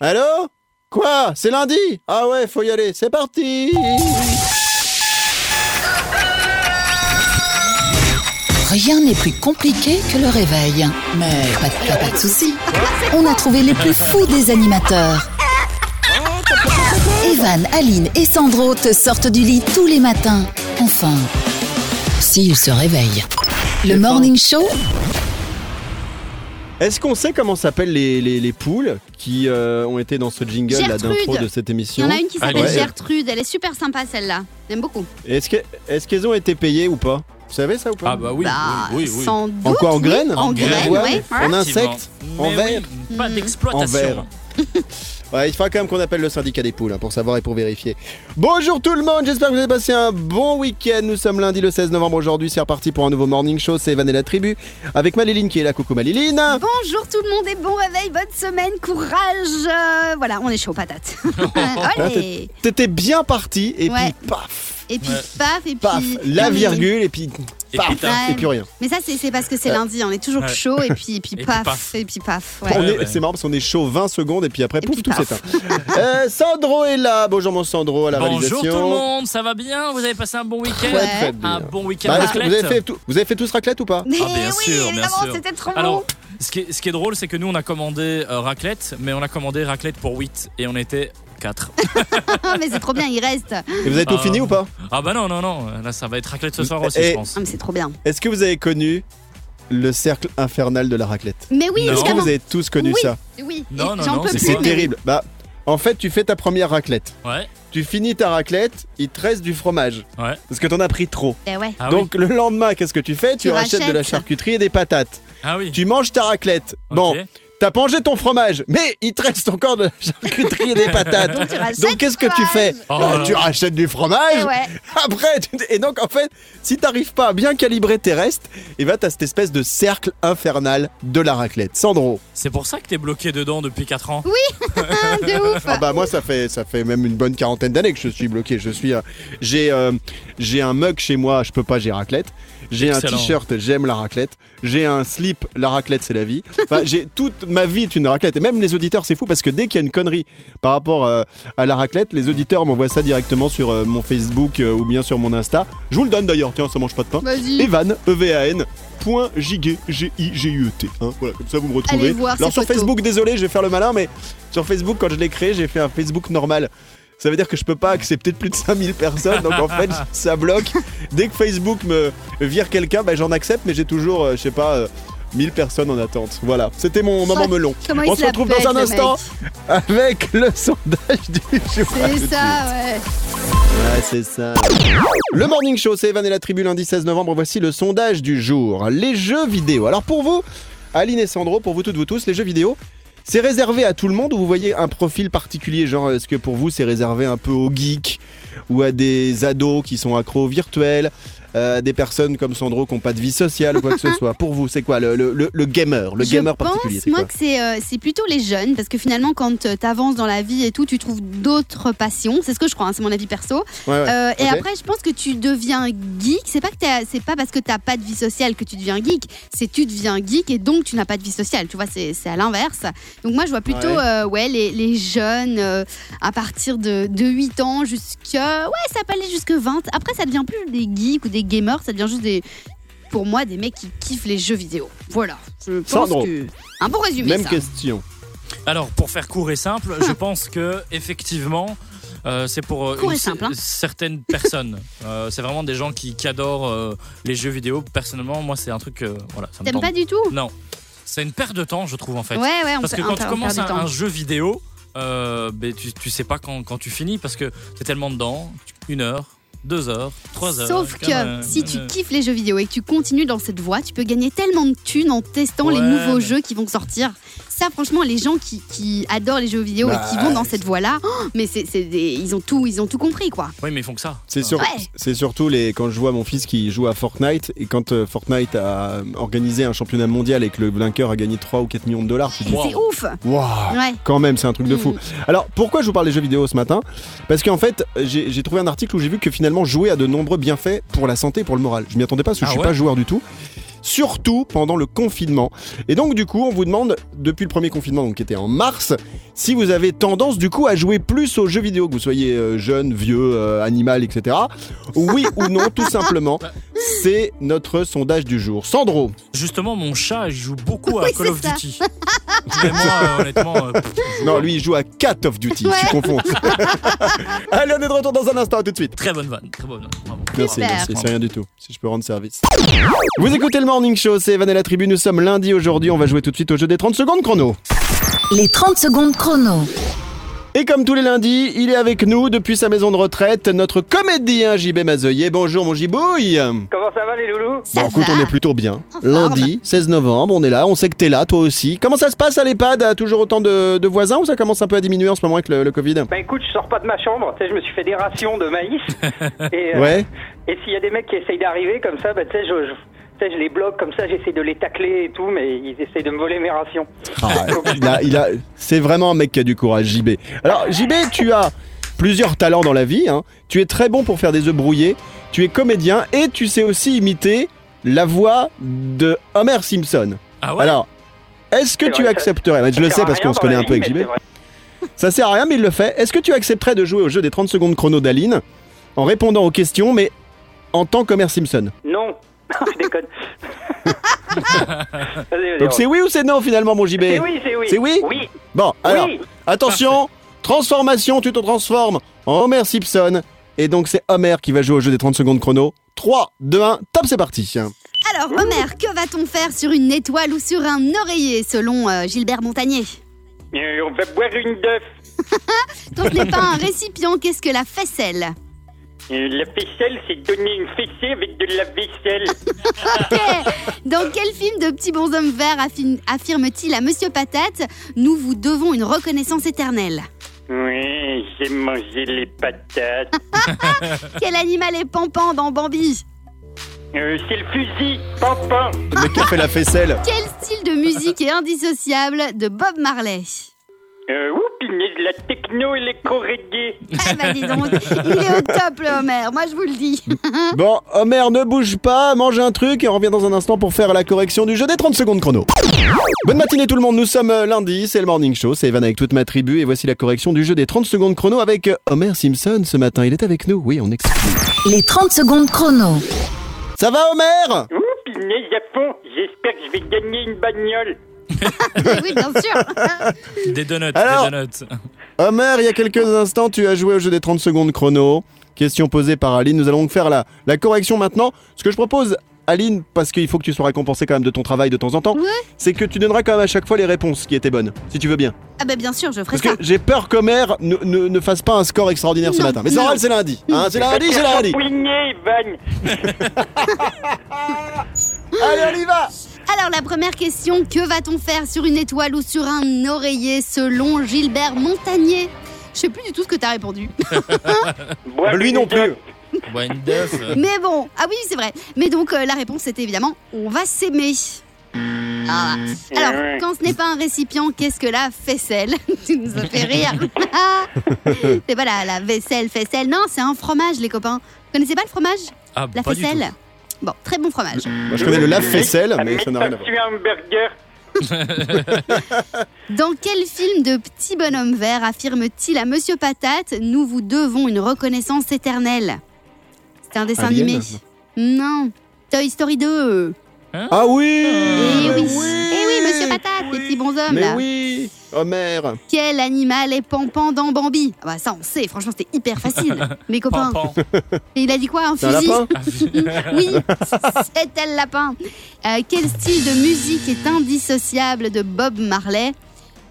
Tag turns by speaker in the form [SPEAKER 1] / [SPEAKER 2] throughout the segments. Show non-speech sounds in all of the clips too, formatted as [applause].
[SPEAKER 1] Allô Quoi C'est lundi Ah ouais, faut y aller, c'est parti
[SPEAKER 2] Rien n'est plus compliqué que le réveil. Mais pas de, pas, pas de soucis. On a trouvé les plus fous des animateurs. Evan, Aline et Sandro te sortent du lit tous les matins. Enfin, s'ils se réveillent. Le morning show
[SPEAKER 1] Est-ce qu'on sait comment s'appellent les, les- les poules qui euh, ont été dans ce jingle là
[SPEAKER 3] Gertrude.
[SPEAKER 1] d'intro de cette
[SPEAKER 3] Il y
[SPEAKER 1] émission
[SPEAKER 3] en a une qui s'appelle
[SPEAKER 1] Ouais.
[SPEAKER 3] Gertrude, elle est super sympa celle-là. J'aime beaucoup.
[SPEAKER 1] Est-ce que- est-ce qu'elles ont été payées ou pas Vous savez ça ou pas
[SPEAKER 4] Ah bah oui,
[SPEAKER 3] Bah,
[SPEAKER 4] oui, oui. oui.
[SPEAKER 3] Sans doute.
[SPEAKER 1] En quoi En
[SPEAKER 3] oui.
[SPEAKER 1] graines
[SPEAKER 3] En graines,
[SPEAKER 1] ouais.
[SPEAKER 3] ouais.
[SPEAKER 1] En insectes
[SPEAKER 4] Effectivement.
[SPEAKER 1] En
[SPEAKER 4] Mais
[SPEAKER 1] verre
[SPEAKER 4] oui, Pas
[SPEAKER 3] Mm.
[SPEAKER 1] En verre.
[SPEAKER 4] d'exploitation.
[SPEAKER 1] Ouais, il faudra quand même qu'on appelle le syndicat des poules hein, pour savoir et pour vérifier. Bonjour tout le monde, j'espère que vous avez passé un bon week-end. Nous sommes lundi le 16 novembre aujourd'hui, c'est reparti pour un nouveau morning show. C'est Evan et la tribu avec Maléline qui est là. Coucou Maléline
[SPEAKER 3] Bonjour tout le monde et bon réveil, bonne semaine, courage. Euh, voilà, on est chaud
[SPEAKER 4] [laughs]
[SPEAKER 3] patate. Allez.
[SPEAKER 1] T'étais bien parti et
[SPEAKER 3] Ouais.
[SPEAKER 1] puis paf
[SPEAKER 3] Et puis
[SPEAKER 4] Ouais.
[SPEAKER 3] paf, et
[SPEAKER 1] Paf
[SPEAKER 3] puis
[SPEAKER 1] La
[SPEAKER 3] Non, mais-
[SPEAKER 1] virgule et puis
[SPEAKER 4] Et
[SPEAKER 1] paf
[SPEAKER 4] puis t'as-
[SPEAKER 3] Ouais.
[SPEAKER 1] Et puis rien.
[SPEAKER 3] Mais ça c'est c'est parce que c'est lundi, on est toujours
[SPEAKER 4] Ouais.
[SPEAKER 3] chaud et puis et puis
[SPEAKER 4] Et puis
[SPEAKER 3] paf
[SPEAKER 4] paf.
[SPEAKER 3] et puis paf.
[SPEAKER 1] On
[SPEAKER 3] ouais.
[SPEAKER 1] est-
[SPEAKER 4] ouais.
[SPEAKER 1] C'est marrant parce qu'on est chaud 20 secondes et puis après,
[SPEAKER 3] Et
[SPEAKER 1] pouf,
[SPEAKER 3] puis
[SPEAKER 1] tout
[SPEAKER 3] paf.
[SPEAKER 1] s'éteint.
[SPEAKER 3] [laughs]
[SPEAKER 1] Euh, Sandro est là. Bonjour mon Sandro à la
[SPEAKER 4] Bonjour tout le
[SPEAKER 1] validation.
[SPEAKER 4] monde, ça va bien Vous avez passé un bon week-end
[SPEAKER 3] Ouais.
[SPEAKER 1] Faites bien.
[SPEAKER 4] Un bon week-end
[SPEAKER 1] Bah, est-ce que
[SPEAKER 4] raclette
[SPEAKER 1] vous, avez fait tout- vous avez fait tous raclette ou pas
[SPEAKER 3] Mais
[SPEAKER 4] Ah, bien
[SPEAKER 3] oui,
[SPEAKER 4] sûr, bien
[SPEAKER 3] évidemment,
[SPEAKER 4] sûr.
[SPEAKER 3] c'était trop
[SPEAKER 4] Alors,
[SPEAKER 3] bon.
[SPEAKER 4] ce qui est, ce qui est drôle, c'est que nous, on a commandé euh, raclette, mais on a commandé raclette pour 8 et on était
[SPEAKER 1] [laughs]
[SPEAKER 4] 4.
[SPEAKER 3] Ah, mais c'est trop bien, il reste. Ah,
[SPEAKER 1] Et vous avez tout
[SPEAKER 4] Ah.
[SPEAKER 1] fini ou pas
[SPEAKER 4] ah bah non, non, non, là ça va être raclette ce soir
[SPEAKER 1] Et-
[SPEAKER 4] aussi, je pense.
[SPEAKER 3] mais c'est trop bien.
[SPEAKER 1] Est-ce que vous avez connu le cercle infernal de la raclette
[SPEAKER 3] Mais oui,
[SPEAKER 4] Non.
[SPEAKER 1] Est-ce que
[SPEAKER 3] évidemment.
[SPEAKER 1] vous avez tous connu
[SPEAKER 3] Oui,
[SPEAKER 1] ça
[SPEAKER 3] Oui, et
[SPEAKER 4] Non, non,
[SPEAKER 3] j'en
[SPEAKER 4] non,
[SPEAKER 3] peux
[SPEAKER 4] c'est
[SPEAKER 3] plus.
[SPEAKER 1] C'est
[SPEAKER 3] mais-
[SPEAKER 1] terrible. Bah, en fait, tu fais ta première raclette.
[SPEAKER 4] Ouais,
[SPEAKER 1] Tu finis ta raclette, il te reste du fromage.
[SPEAKER 4] ouais.
[SPEAKER 1] Parce que t'en as pris trop.
[SPEAKER 3] Eh ouais.
[SPEAKER 4] Ah,
[SPEAKER 1] Donc le lendemain, qu'est-ce que tu fais Tu,
[SPEAKER 3] Tu
[SPEAKER 1] rachètes, de la
[SPEAKER 3] rachètes.
[SPEAKER 1] charcuterie et des patates.
[SPEAKER 4] oui. Ah oui.
[SPEAKER 1] Tu manges ta raclette. Bon,
[SPEAKER 4] Ok.
[SPEAKER 1] t'as mangé ton fromage, mais il te reste encore de la charcuterie
[SPEAKER 3] [laughs]
[SPEAKER 1] et des patates.
[SPEAKER 3] Donc, tu rachètes
[SPEAKER 1] Donc qu'est-ce que tu
[SPEAKER 3] fromage.
[SPEAKER 1] fais
[SPEAKER 4] Oh
[SPEAKER 1] Bah,
[SPEAKER 4] là
[SPEAKER 1] Tu
[SPEAKER 4] là.
[SPEAKER 1] rachètes du
[SPEAKER 3] Eh
[SPEAKER 1] fromage
[SPEAKER 3] ouais.
[SPEAKER 1] Après, tu- et donc en fait, si t'arrives pas à bien calibrer tes restes, et ben t'as cette espèce de cercle infernal de la raclette. Sandro.
[SPEAKER 4] C'est pour ça que t'es bloqué dedans depuis 4 ans.
[SPEAKER 3] Ah, de
[SPEAKER 4] [laughs]
[SPEAKER 3] ouf.
[SPEAKER 1] Ah bah moi ça fait ça fait même une bonne quarantaine d'années que je suis bloqué. Je suis euh, j'ai euh, j'ai un mug chez moi, je peux pas j'ai raclette. J'ai un
[SPEAKER 4] Excellent.
[SPEAKER 1] t-shirt, j'aime la raclette. J'ai un slip, la raclette c'est la vie. Enfin, j'ai toute ma vie est une raclette. Et même les auditeurs c'est fou parce que dès qu'il y a une connerie par rapport euh, à la raclette, les auditeurs m'envoient ça directement sur euh, mon Facebook euh, ou bien sur mon Insta. Je vous le donne d'ailleurs. Tiens ça mange pas de pain.
[SPEAKER 3] Vas-y.
[SPEAKER 1] Evan, E E-V-A-N, point Jiguet, G-I-G-U-E-T. hein. voilà, comme ça vous me retrouvez.
[SPEAKER 3] Allez voir
[SPEAKER 1] Alors
[SPEAKER 3] ces
[SPEAKER 1] sur
[SPEAKER 3] photos.
[SPEAKER 1] Facebook, désolé, je vais faire le malin, mais sur Facebook, quand je l'ai créé, j'ai fait un Facebook normal. Ça veut dire que je peux pas accepter de plus de 5000 personnes, donc en
[SPEAKER 3] [laughs]
[SPEAKER 1] fait, ça bloque. Dès que Facebook me vire quelqu'un, bah, j'en accepte, mais j'ai toujours, euh, je sais pas, euh, 1000 personnes en attente. Voilà, c'était mon moment
[SPEAKER 3] Ouais.
[SPEAKER 1] melon.
[SPEAKER 3] Comment il
[SPEAKER 1] On
[SPEAKER 3] se
[SPEAKER 1] se
[SPEAKER 3] la
[SPEAKER 1] retrouve
[SPEAKER 3] pète,
[SPEAKER 1] dans un
[SPEAKER 3] le
[SPEAKER 1] instant Ah,
[SPEAKER 3] mec.
[SPEAKER 1] avec le sondage du jour.
[SPEAKER 3] C'est ça, ouais.
[SPEAKER 1] Ouais, Ah, c'est ça. Le Morning Show, c'est Evan et la tribu lundi 16 novembre. Voici le sondage du jour. Les jeux vidéo. Alors pour vous, Aline et Sandro, pour vous toutes, vous tous, les jeux vidéo, c'est réservé à tout le monde ou vous voyez un profil particulier Genre, est-ce que pour vous, c'est réservé un peu aux geeks ou à des ados qui sont accros virtuels euh, à des personnes comme Sandro qui n'ont pas de vie sociale ou quoi que
[SPEAKER 3] [laughs]
[SPEAKER 1] ce soit. Pour vous, c'est quoi le, le- le- le gamer Le
[SPEAKER 3] Je
[SPEAKER 1] gamer
[SPEAKER 3] pense,
[SPEAKER 1] particulier, c'est
[SPEAKER 3] moi,
[SPEAKER 1] quoi
[SPEAKER 3] que c'est euh, c'est plutôt les jeunes, parce que finalement, quand euh, t'avances dans la vie et tout, tu trouves d'autres passions. C'est ce que je crois, hein, c'est mon avis perso.
[SPEAKER 1] Ouais, ouais.
[SPEAKER 3] Euh, Et
[SPEAKER 1] Ok.
[SPEAKER 3] après, je pense que tu deviens geek. C'est pas que t'as- c'est pas parce que t'as pas de vie sociale que tu deviens geek. C'est tu deviens geek et donc tu n'as pas de vie sociale. Tu vois, c'est c'est à l'inverse. Donc moi, je vois plutôt
[SPEAKER 1] Ouais.
[SPEAKER 3] euh, ouais les, les jeunes euh, à partir de, de 8 ans jusqu'à ouais ça peut aller jusque 20. Après, ça devient plus des geeks ou des gamers. Ça devient juste des pour moi, des mecs qui kiffent les jeux vidéo. Voilà, je pense
[SPEAKER 1] Sandro.
[SPEAKER 3] que... Un bon résumé,
[SPEAKER 1] Même
[SPEAKER 3] ça.
[SPEAKER 1] question.
[SPEAKER 4] Alors, pour faire court et simple,
[SPEAKER 3] [laughs]
[SPEAKER 4] je pense que effectivement, euh, c'est pour euh,
[SPEAKER 3] Court et
[SPEAKER 4] une-
[SPEAKER 3] simple, hein.
[SPEAKER 4] certaines
[SPEAKER 3] [laughs]
[SPEAKER 4] personnes. Euh, c'est vraiment des gens qui, qui adorent euh, les jeux vidéo. Personnellement, moi, c'est un truc que voilà. ça me
[SPEAKER 3] T'aimes
[SPEAKER 4] tente.
[SPEAKER 3] pas du tout
[SPEAKER 4] Non, c'est une perte de temps, je trouve en fait.
[SPEAKER 3] Ouais, ouais, on
[SPEAKER 4] Parce
[SPEAKER 3] peut-
[SPEAKER 4] que
[SPEAKER 3] on
[SPEAKER 4] quand
[SPEAKER 3] peut
[SPEAKER 4] tu
[SPEAKER 3] en
[SPEAKER 4] commences
[SPEAKER 3] faire
[SPEAKER 4] un,
[SPEAKER 3] du temps.
[SPEAKER 4] un jeu vidéo, euh, ben, tu, tu sais pas quand, quand tu finis parce que t'es tellement dedans. tu- Une heure, deux heures, trois heures.
[SPEAKER 3] Sauf que
[SPEAKER 4] quatre heures,
[SPEAKER 3] si tu
[SPEAKER 4] euh,
[SPEAKER 3] kiffes les jeux vidéo et que tu continues dans cette voie, tu peux gagner tellement de thunes en testant les
[SPEAKER 4] Ouais,
[SPEAKER 3] nouveaux
[SPEAKER 4] mais-
[SPEAKER 3] jeux qui vont sortir. Ça, franchement, les gens qui, qui adorent les jeux vidéo
[SPEAKER 1] Bah,
[SPEAKER 3] et qui vont dans cette voie-là, oh, mais c'est c'est des- ils ont tout, ils ont tout compris, quoi.
[SPEAKER 4] Oui, mais ils font que ça.
[SPEAKER 1] C'est sur-
[SPEAKER 3] Ouais.
[SPEAKER 1] c'est surtout les, quand je vois mon fils qui joue à Fortnite et quand euh, Fortnite a organisé un championnat mondial et que le vainqueur a gagné 3 ou 4 millions de dollars, tu te dis
[SPEAKER 4] Wow.
[SPEAKER 3] C'est ouf.
[SPEAKER 1] Waouh
[SPEAKER 3] Ouais.
[SPEAKER 1] Quand même, c'est un truc de fou.
[SPEAKER 3] Mm.
[SPEAKER 1] Alors, pourquoi je vous parle des jeux vidéo ce matin Parce qu'en fait, j'ai j'ai trouvé un article où j'ai vu que finalement, jouer a de nombreux bienfaits pour la santé et pour le moral. Je m'y attendais pas parce que
[SPEAKER 4] Ah
[SPEAKER 1] je suis
[SPEAKER 4] ouais
[SPEAKER 1] pas joueur du tout. surtout pendant le confinement. Et donc du coup, on vous demande, depuis le premier confinement, donc qui était en mars, si vous avez tendance du coup à jouer plus aux jeux vidéo, que vous soyez euh, jeune, vieux, euh, animal, etc. Oui ou non, tout
[SPEAKER 4] [laughs]
[SPEAKER 1] simplement. C'est notre sondage du jour. Sandro,
[SPEAKER 4] Justement, mon chat, il joue beaucoup à
[SPEAKER 3] Oui,
[SPEAKER 4] Call
[SPEAKER 3] c'est
[SPEAKER 4] of
[SPEAKER 3] ça.
[SPEAKER 4] Duty. Mais moi, euh, honnêtement, euh, pff,
[SPEAKER 1] non, lui, il joue à Cat of Duty, tu
[SPEAKER 3] [laughs]
[SPEAKER 1] confonds. Allez, on est de retour dans un instant, à tout de suite.
[SPEAKER 4] très bonne vanne. Très bonne vanne. bravo.
[SPEAKER 1] Merci,
[SPEAKER 3] Super.
[SPEAKER 1] merci, c'est rien du tout, si je peux rendre service. Vous écoutez le Morning Show, c'est Evan et la Tribu, nous sommes lundi aujourd'hui, on va jouer tout de suite au jeu des 30 secondes chrono.
[SPEAKER 2] Les 30 secondes chrono.
[SPEAKER 1] Et comme tous les lundis, il est avec nous depuis sa maison de retraite, notre comédien JB Mazoyer. Bonjour mon Gibouille
[SPEAKER 5] Comment ça va les loulous
[SPEAKER 3] Ça
[SPEAKER 1] Bon écoute,
[SPEAKER 3] va.
[SPEAKER 1] on est plutôt bien.
[SPEAKER 3] forme.
[SPEAKER 1] Lundi, 16 novembre, on est là, on sait que t'es là, toi aussi. Comment ça se passe à l'EHPAD T'as Toujours autant de, de voisins ou ça commence un peu à diminuer en ce moment avec le, le Covid
[SPEAKER 5] Bah écoute, je sors pas de ma chambre, tu sais, je me suis fait des rations de maïs. et euh,
[SPEAKER 1] Ouais
[SPEAKER 5] et s'il y a des mecs qui essayent d'arriver comme ça, bah tu sais, je, je, tu sais, je les bloque comme ça, j'essaie de les tacler et tout, mais ils essayent de me voler mes rations.
[SPEAKER 1] Ah, il a- il a- c'est vraiment un mec qui a du courage, JB. Alors, JB,
[SPEAKER 5] Ah.
[SPEAKER 1] tu as plusieurs talents dans la vie. hein. Tu es très bon pour faire des œufs brouillés. Tu es comédien et tu sais aussi imiter la voix de Homer Simpson.
[SPEAKER 4] Ah ouais
[SPEAKER 1] Alors, est-ce que
[SPEAKER 5] C'est
[SPEAKER 1] tu
[SPEAKER 5] vrai, ça-
[SPEAKER 1] accepterais Je
[SPEAKER 5] Ça
[SPEAKER 1] le
[SPEAKER 5] sert
[SPEAKER 1] sais
[SPEAKER 5] à
[SPEAKER 1] parce
[SPEAKER 5] rien
[SPEAKER 1] qu'on se
[SPEAKER 5] dans
[SPEAKER 1] connaît
[SPEAKER 5] la
[SPEAKER 1] un peu
[SPEAKER 5] vie,
[SPEAKER 1] avec
[SPEAKER 5] mais
[SPEAKER 1] JB.
[SPEAKER 5] c'est vrai.
[SPEAKER 1] Ça sert à rien, mais il le fait. Est-ce que tu accepterais de jouer au jeu des 30 secondes chrono d'Aline en répondant aux questions, mais en tant qu'Homer Simpson
[SPEAKER 5] Non, [laughs] je déconne. Vas-y, vas-y,
[SPEAKER 1] Donc,
[SPEAKER 5] on-
[SPEAKER 1] c'est oui ou c'est non finalement, mon JB
[SPEAKER 5] c'est oui, c'est oui.
[SPEAKER 1] C'est oui
[SPEAKER 5] Oui.
[SPEAKER 1] Bon, alors,
[SPEAKER 5] Oui.
[SPEAKER 1] attention, transformation, tu te transformes en Homer Simpson. Et donc, c'est Homer qui va jouer au jeu des 30 secondes chrono. 3, 2, 1, top, c'est parti.
[SPEAKER 3] Alors, Homer, que va-t-on faire sur une étoile ou sur un oreiller, selon euh, Gilbert Montagnier
[SPEAKER 5] Euh, On va boire une
[SPEAKER 3] [laughs]
[SPEAKER 5] d'œuf.
[SPEAKER 3] Quand ce n'est pas un récipient, qu'est-ce que la faisselle
[SPEAKER 5] Euh, La ficelle, c'est donner une fessée avec de la vaisselle.
[SPEAKER 3] Ok. Dans quel film de Petit Bonhomme Vert affi- affirme-t-il à Monsieur Patate Nous vous devons une reconnaissance éternelle
[SPEAKER 5] oui, j'ai mangé les patates.
[SPEAKER 3] Quel animal est Pampan dans Bambi
[SPEAKER 5] Euh, c'est le fusil, pampan.
[SPEAKER 1] Le café fait la faisselle
[SPEAKER 3] Quel style de musique est indissociable de Bob Marley
[SPEAKER 5] Euh, oups, il la techno et les reggae
[SPEAKER 3] Eh ben dis donc, il est au top le Homer, moi je vous le dis. [laughs]
[SPEAKER 1] Bon, Homer, ne bouge pas, mange un truc et on revient dans un instant pour faire la correction du jeu des 30 secondes chrono. Bonne matinée tout le monde, nous sommes euh, lundi, c'est le Morning Show, c'est Evan avec toute ma tribu et voici la correction du jeu des 30 secondes chrono avec euh, Homer Simpson ce matin. Il est avec nous, oui, on explique.
[SPEAKER 2] Les 30 secondes chrono.
[SPEAKER 1] Ça va Homer
[SPEAKER 5] Ouh, punaise à fond, j'espère que je vais gagner une bagnole.
[SPEAKER 3] oui bien sûr.
[SPEAKER 4] Des donuts,
[SPEAKER 1] Alors-
[SPEAKER 4] des donuts.
[SPEAKER 1] Homer, il y a quelques instants, tu as joué au jeu des 30 secondes chrono. Question posée par Aline. Nous allons donc faire la, la correction maintenant. Ce que je propose, Aline, parce qu'il faut que tu sois récompensée quand même de ton travail de temps en temps,
[SPEAKER 3] Ouais.
[SPEAKER 1] c'est que tu donneras quand même à chaque fois les réponses qui étaient bonnes, si tu veux bien.
[SPEAKER 3] Ah ben bien sûr, je ferai
[SPEAKER 1] Parce que
[SPEAKER 3] ça.
[SPEAKER 1] j'ai peur qu'Homer ne, ne- ne fasse pas un score extraordinaire ce
[SPEAKER 3] Non,
[SPEAKER 1] matin. Mais c'est
[SPEAKER 3] non.
[SPEAKER 1] normal, c'est lundi. Hein, c'est lundi, c'est lundi.
[SPEAKER 5] Allez, Van.
[SPEAKER 1] Allez, on y va
[SPEAKER 3] Alors la première question, que va-t-on faire sur une étoile ou sur un oreiller selon Gilbert Montagnier Je sais plus du tout ce que t'as répondu.
[SPEAKER 5] Bois
[SPEAKER 1] Bah, Lui
[SPEAKER 5] une
[SPEAKER 1] non
[SPEAKER 5] bière.
[SPEAKER 1] plus.
[SPEAKER 4] Bois une d'œuf. euh.
[SPEAKER 3] Mais bon, ah oui, c'est vrai. Mais donc, euh, la réponse était évidemment on va s'aimer. Ah.
[SPEAKER 5] Eh
[SPEAKER 3] Alors,
[SPEAKER 5] ouais.
[SPEAKER 3] quand ce n'est pas un récipient, qu'est-ce que la faisselle [laughs] Tu nous as fait
[SPEAKER 5] [laughs]
[SPEAKER 3] rire. c'est pas la, la vaisselle, faisselle. Non, c'est un fromage, les copains. Vous connaissez pas le fromage
[SPEAKER 4] Ah,
[SPEAKER 3] La
[SPEAKER 4] pas du
[SPEAKER 3] faisselle Bon, très bon fromage.
[SPEAKER 1] Moi, je connais le lave-faisselle, mais
[SPEAKER 5] Mets
[SPEAKER 1] ça n'a rien à voir.
[SPEAKER 5] pas-dessus un burger.
[SPEAKER 3] Dans quel film de Petit Bonhomme Vert affirme-t-il à Monsieur Patate Nous vous devons une reconnaissance éternelle C'est un dessin
[SPEAKER 1] Alien
[SPEAKER 3] animé Non. Toy Story 2.
[SPEAKER 1] Ah oui
[SPEAKER 3] Eh
[SPEAKER 1] Mais
[SPEAKER 3] oui. Eh oui, Monsieur Patate, les petits bonshommes,
[SPEAKER 1] Ah Mais
[SPEAKER 3] là.
[SPEAKER 1] oui Homer
[SPEAKER 3] Quel animal est Pampan dans Bambi ah bah ça on sait, franchement c'était
[SPEAKER 1] [laughs]
[SPEAKER 3] hyper facile. Mes
[SPEAKER 4] tout.
[SPEAKER 3] copains.
[SPEAKER 4] Pan,
[SPEAKER 3] Et il a dit quoi Un
[SPEAKER 1] C'est un
[SPEAKER 3] fusil [laughs]
[SPEAKER 1] lapin
[SPEAKER 3] Oui, c'était le lapin. Euh, quel style de musique est indissociable de Bob Marley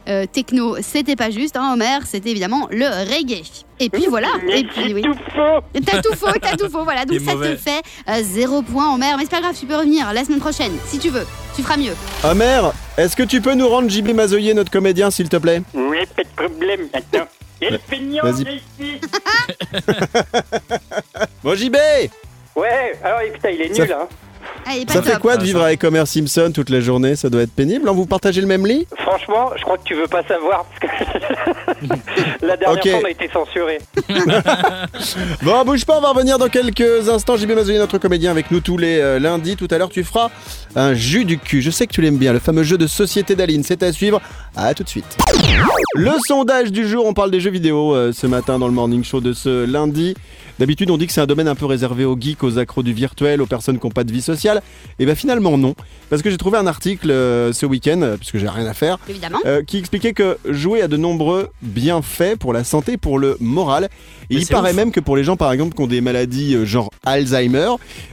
[SPEAKER 3] Euh, Techno, c'était pas juste, hein, Homer, c'était évidemment le reggae. Et puis voilà,
[SPEAKER 5] Mais
[SPEAKER 3] et puis
[SPEAKER 5] c'est
[SPEAKER 3] oui.
[SPEAKER 5] tout faux.
[SPEAKER 3] T'as tout faux, t'as tout faux, voilà. Donc
[SPEAKER 4] Il est
[SPEAKER 3] ça
[SPEAKER 4] mauvais.
[SPEAKER 3] te fait euh, zéro point, Homer. Mais c'est pas grave, tu peux revenir la semaine prochaine, si tu veux. Tu feras mieux.
[SPEAKER 1] Homer, est-ce que tu peux nous rendre JB Mazoyer, notre comédien, s'il te plaît
[SPEAKER 5] Oui, pas de problème. Attends. Quel feignant,
[SPEAKER 1] vas-y.
[SPEAKER 5] là, ici.
[SPEAKER 1] Bon JB,
[SPEAKER 5] Ouais, alors et putain, il est nul, hein.
[SPEAKER 3] Allez, pas
[SPEAKER 1] ça
[SPEAKER 3] top.
[SPEAKER 1] fait quoi de
[SPEAKER 4] Ah, ça
[SPEAKER 1] vivre
[SPEAKER 4] va.
[SPEAKER 1] avec Homer Simpson toute la journée Ça doit être pénible, hein Vous partagez le même lit
[SPEAKER 5] Franchement, je crois que tu veux pas savoir parce que [laughs] La dernière
[SPEAKER 1] Ok.
[SPEAKER 5] fois, on a été censuré.
[SPEAKER 1] Bon, bouge pas, on va revenir dans quelques instants. JB Mazzoli, notre comédien, avec nous tous les euh, lundis. Tout à l'heure, tu feras un jus du cul. Je sais que tu l'aimes bien, le fameux jeu de société d'Aline. C'est à suivre. À tout de suite. Le sondage du jour, on parle des jeux vidéo euh, ce matin dans le morning show de ce lundi. D'habitude, on dit que c'est un domaine un peu réservé aux geeks, aux accros du virtuel, aux personnes qui n'ont pas de vie sociale. Et bien finalement, non. Parce que j'ai trouvé un article euh, ce week-end, euh, puisque j'ai rien à faire,
[SPEAKER 3] évidemment.
[SPEAKER 1] euh, qui expliquait que jouer a de nombreux bienfaits pour la santé, pour le moral. Et
[SPEAKER 4] Mais
[SPEAKER 1] il
[SPEAKER 4] c'est
[SPEAKER 1] paraît
[SPEAKER 4] ouf.
[SPEAKER 1] même que pour les gens, par exemple, qui ont des maladies euh, genre Alzheimer,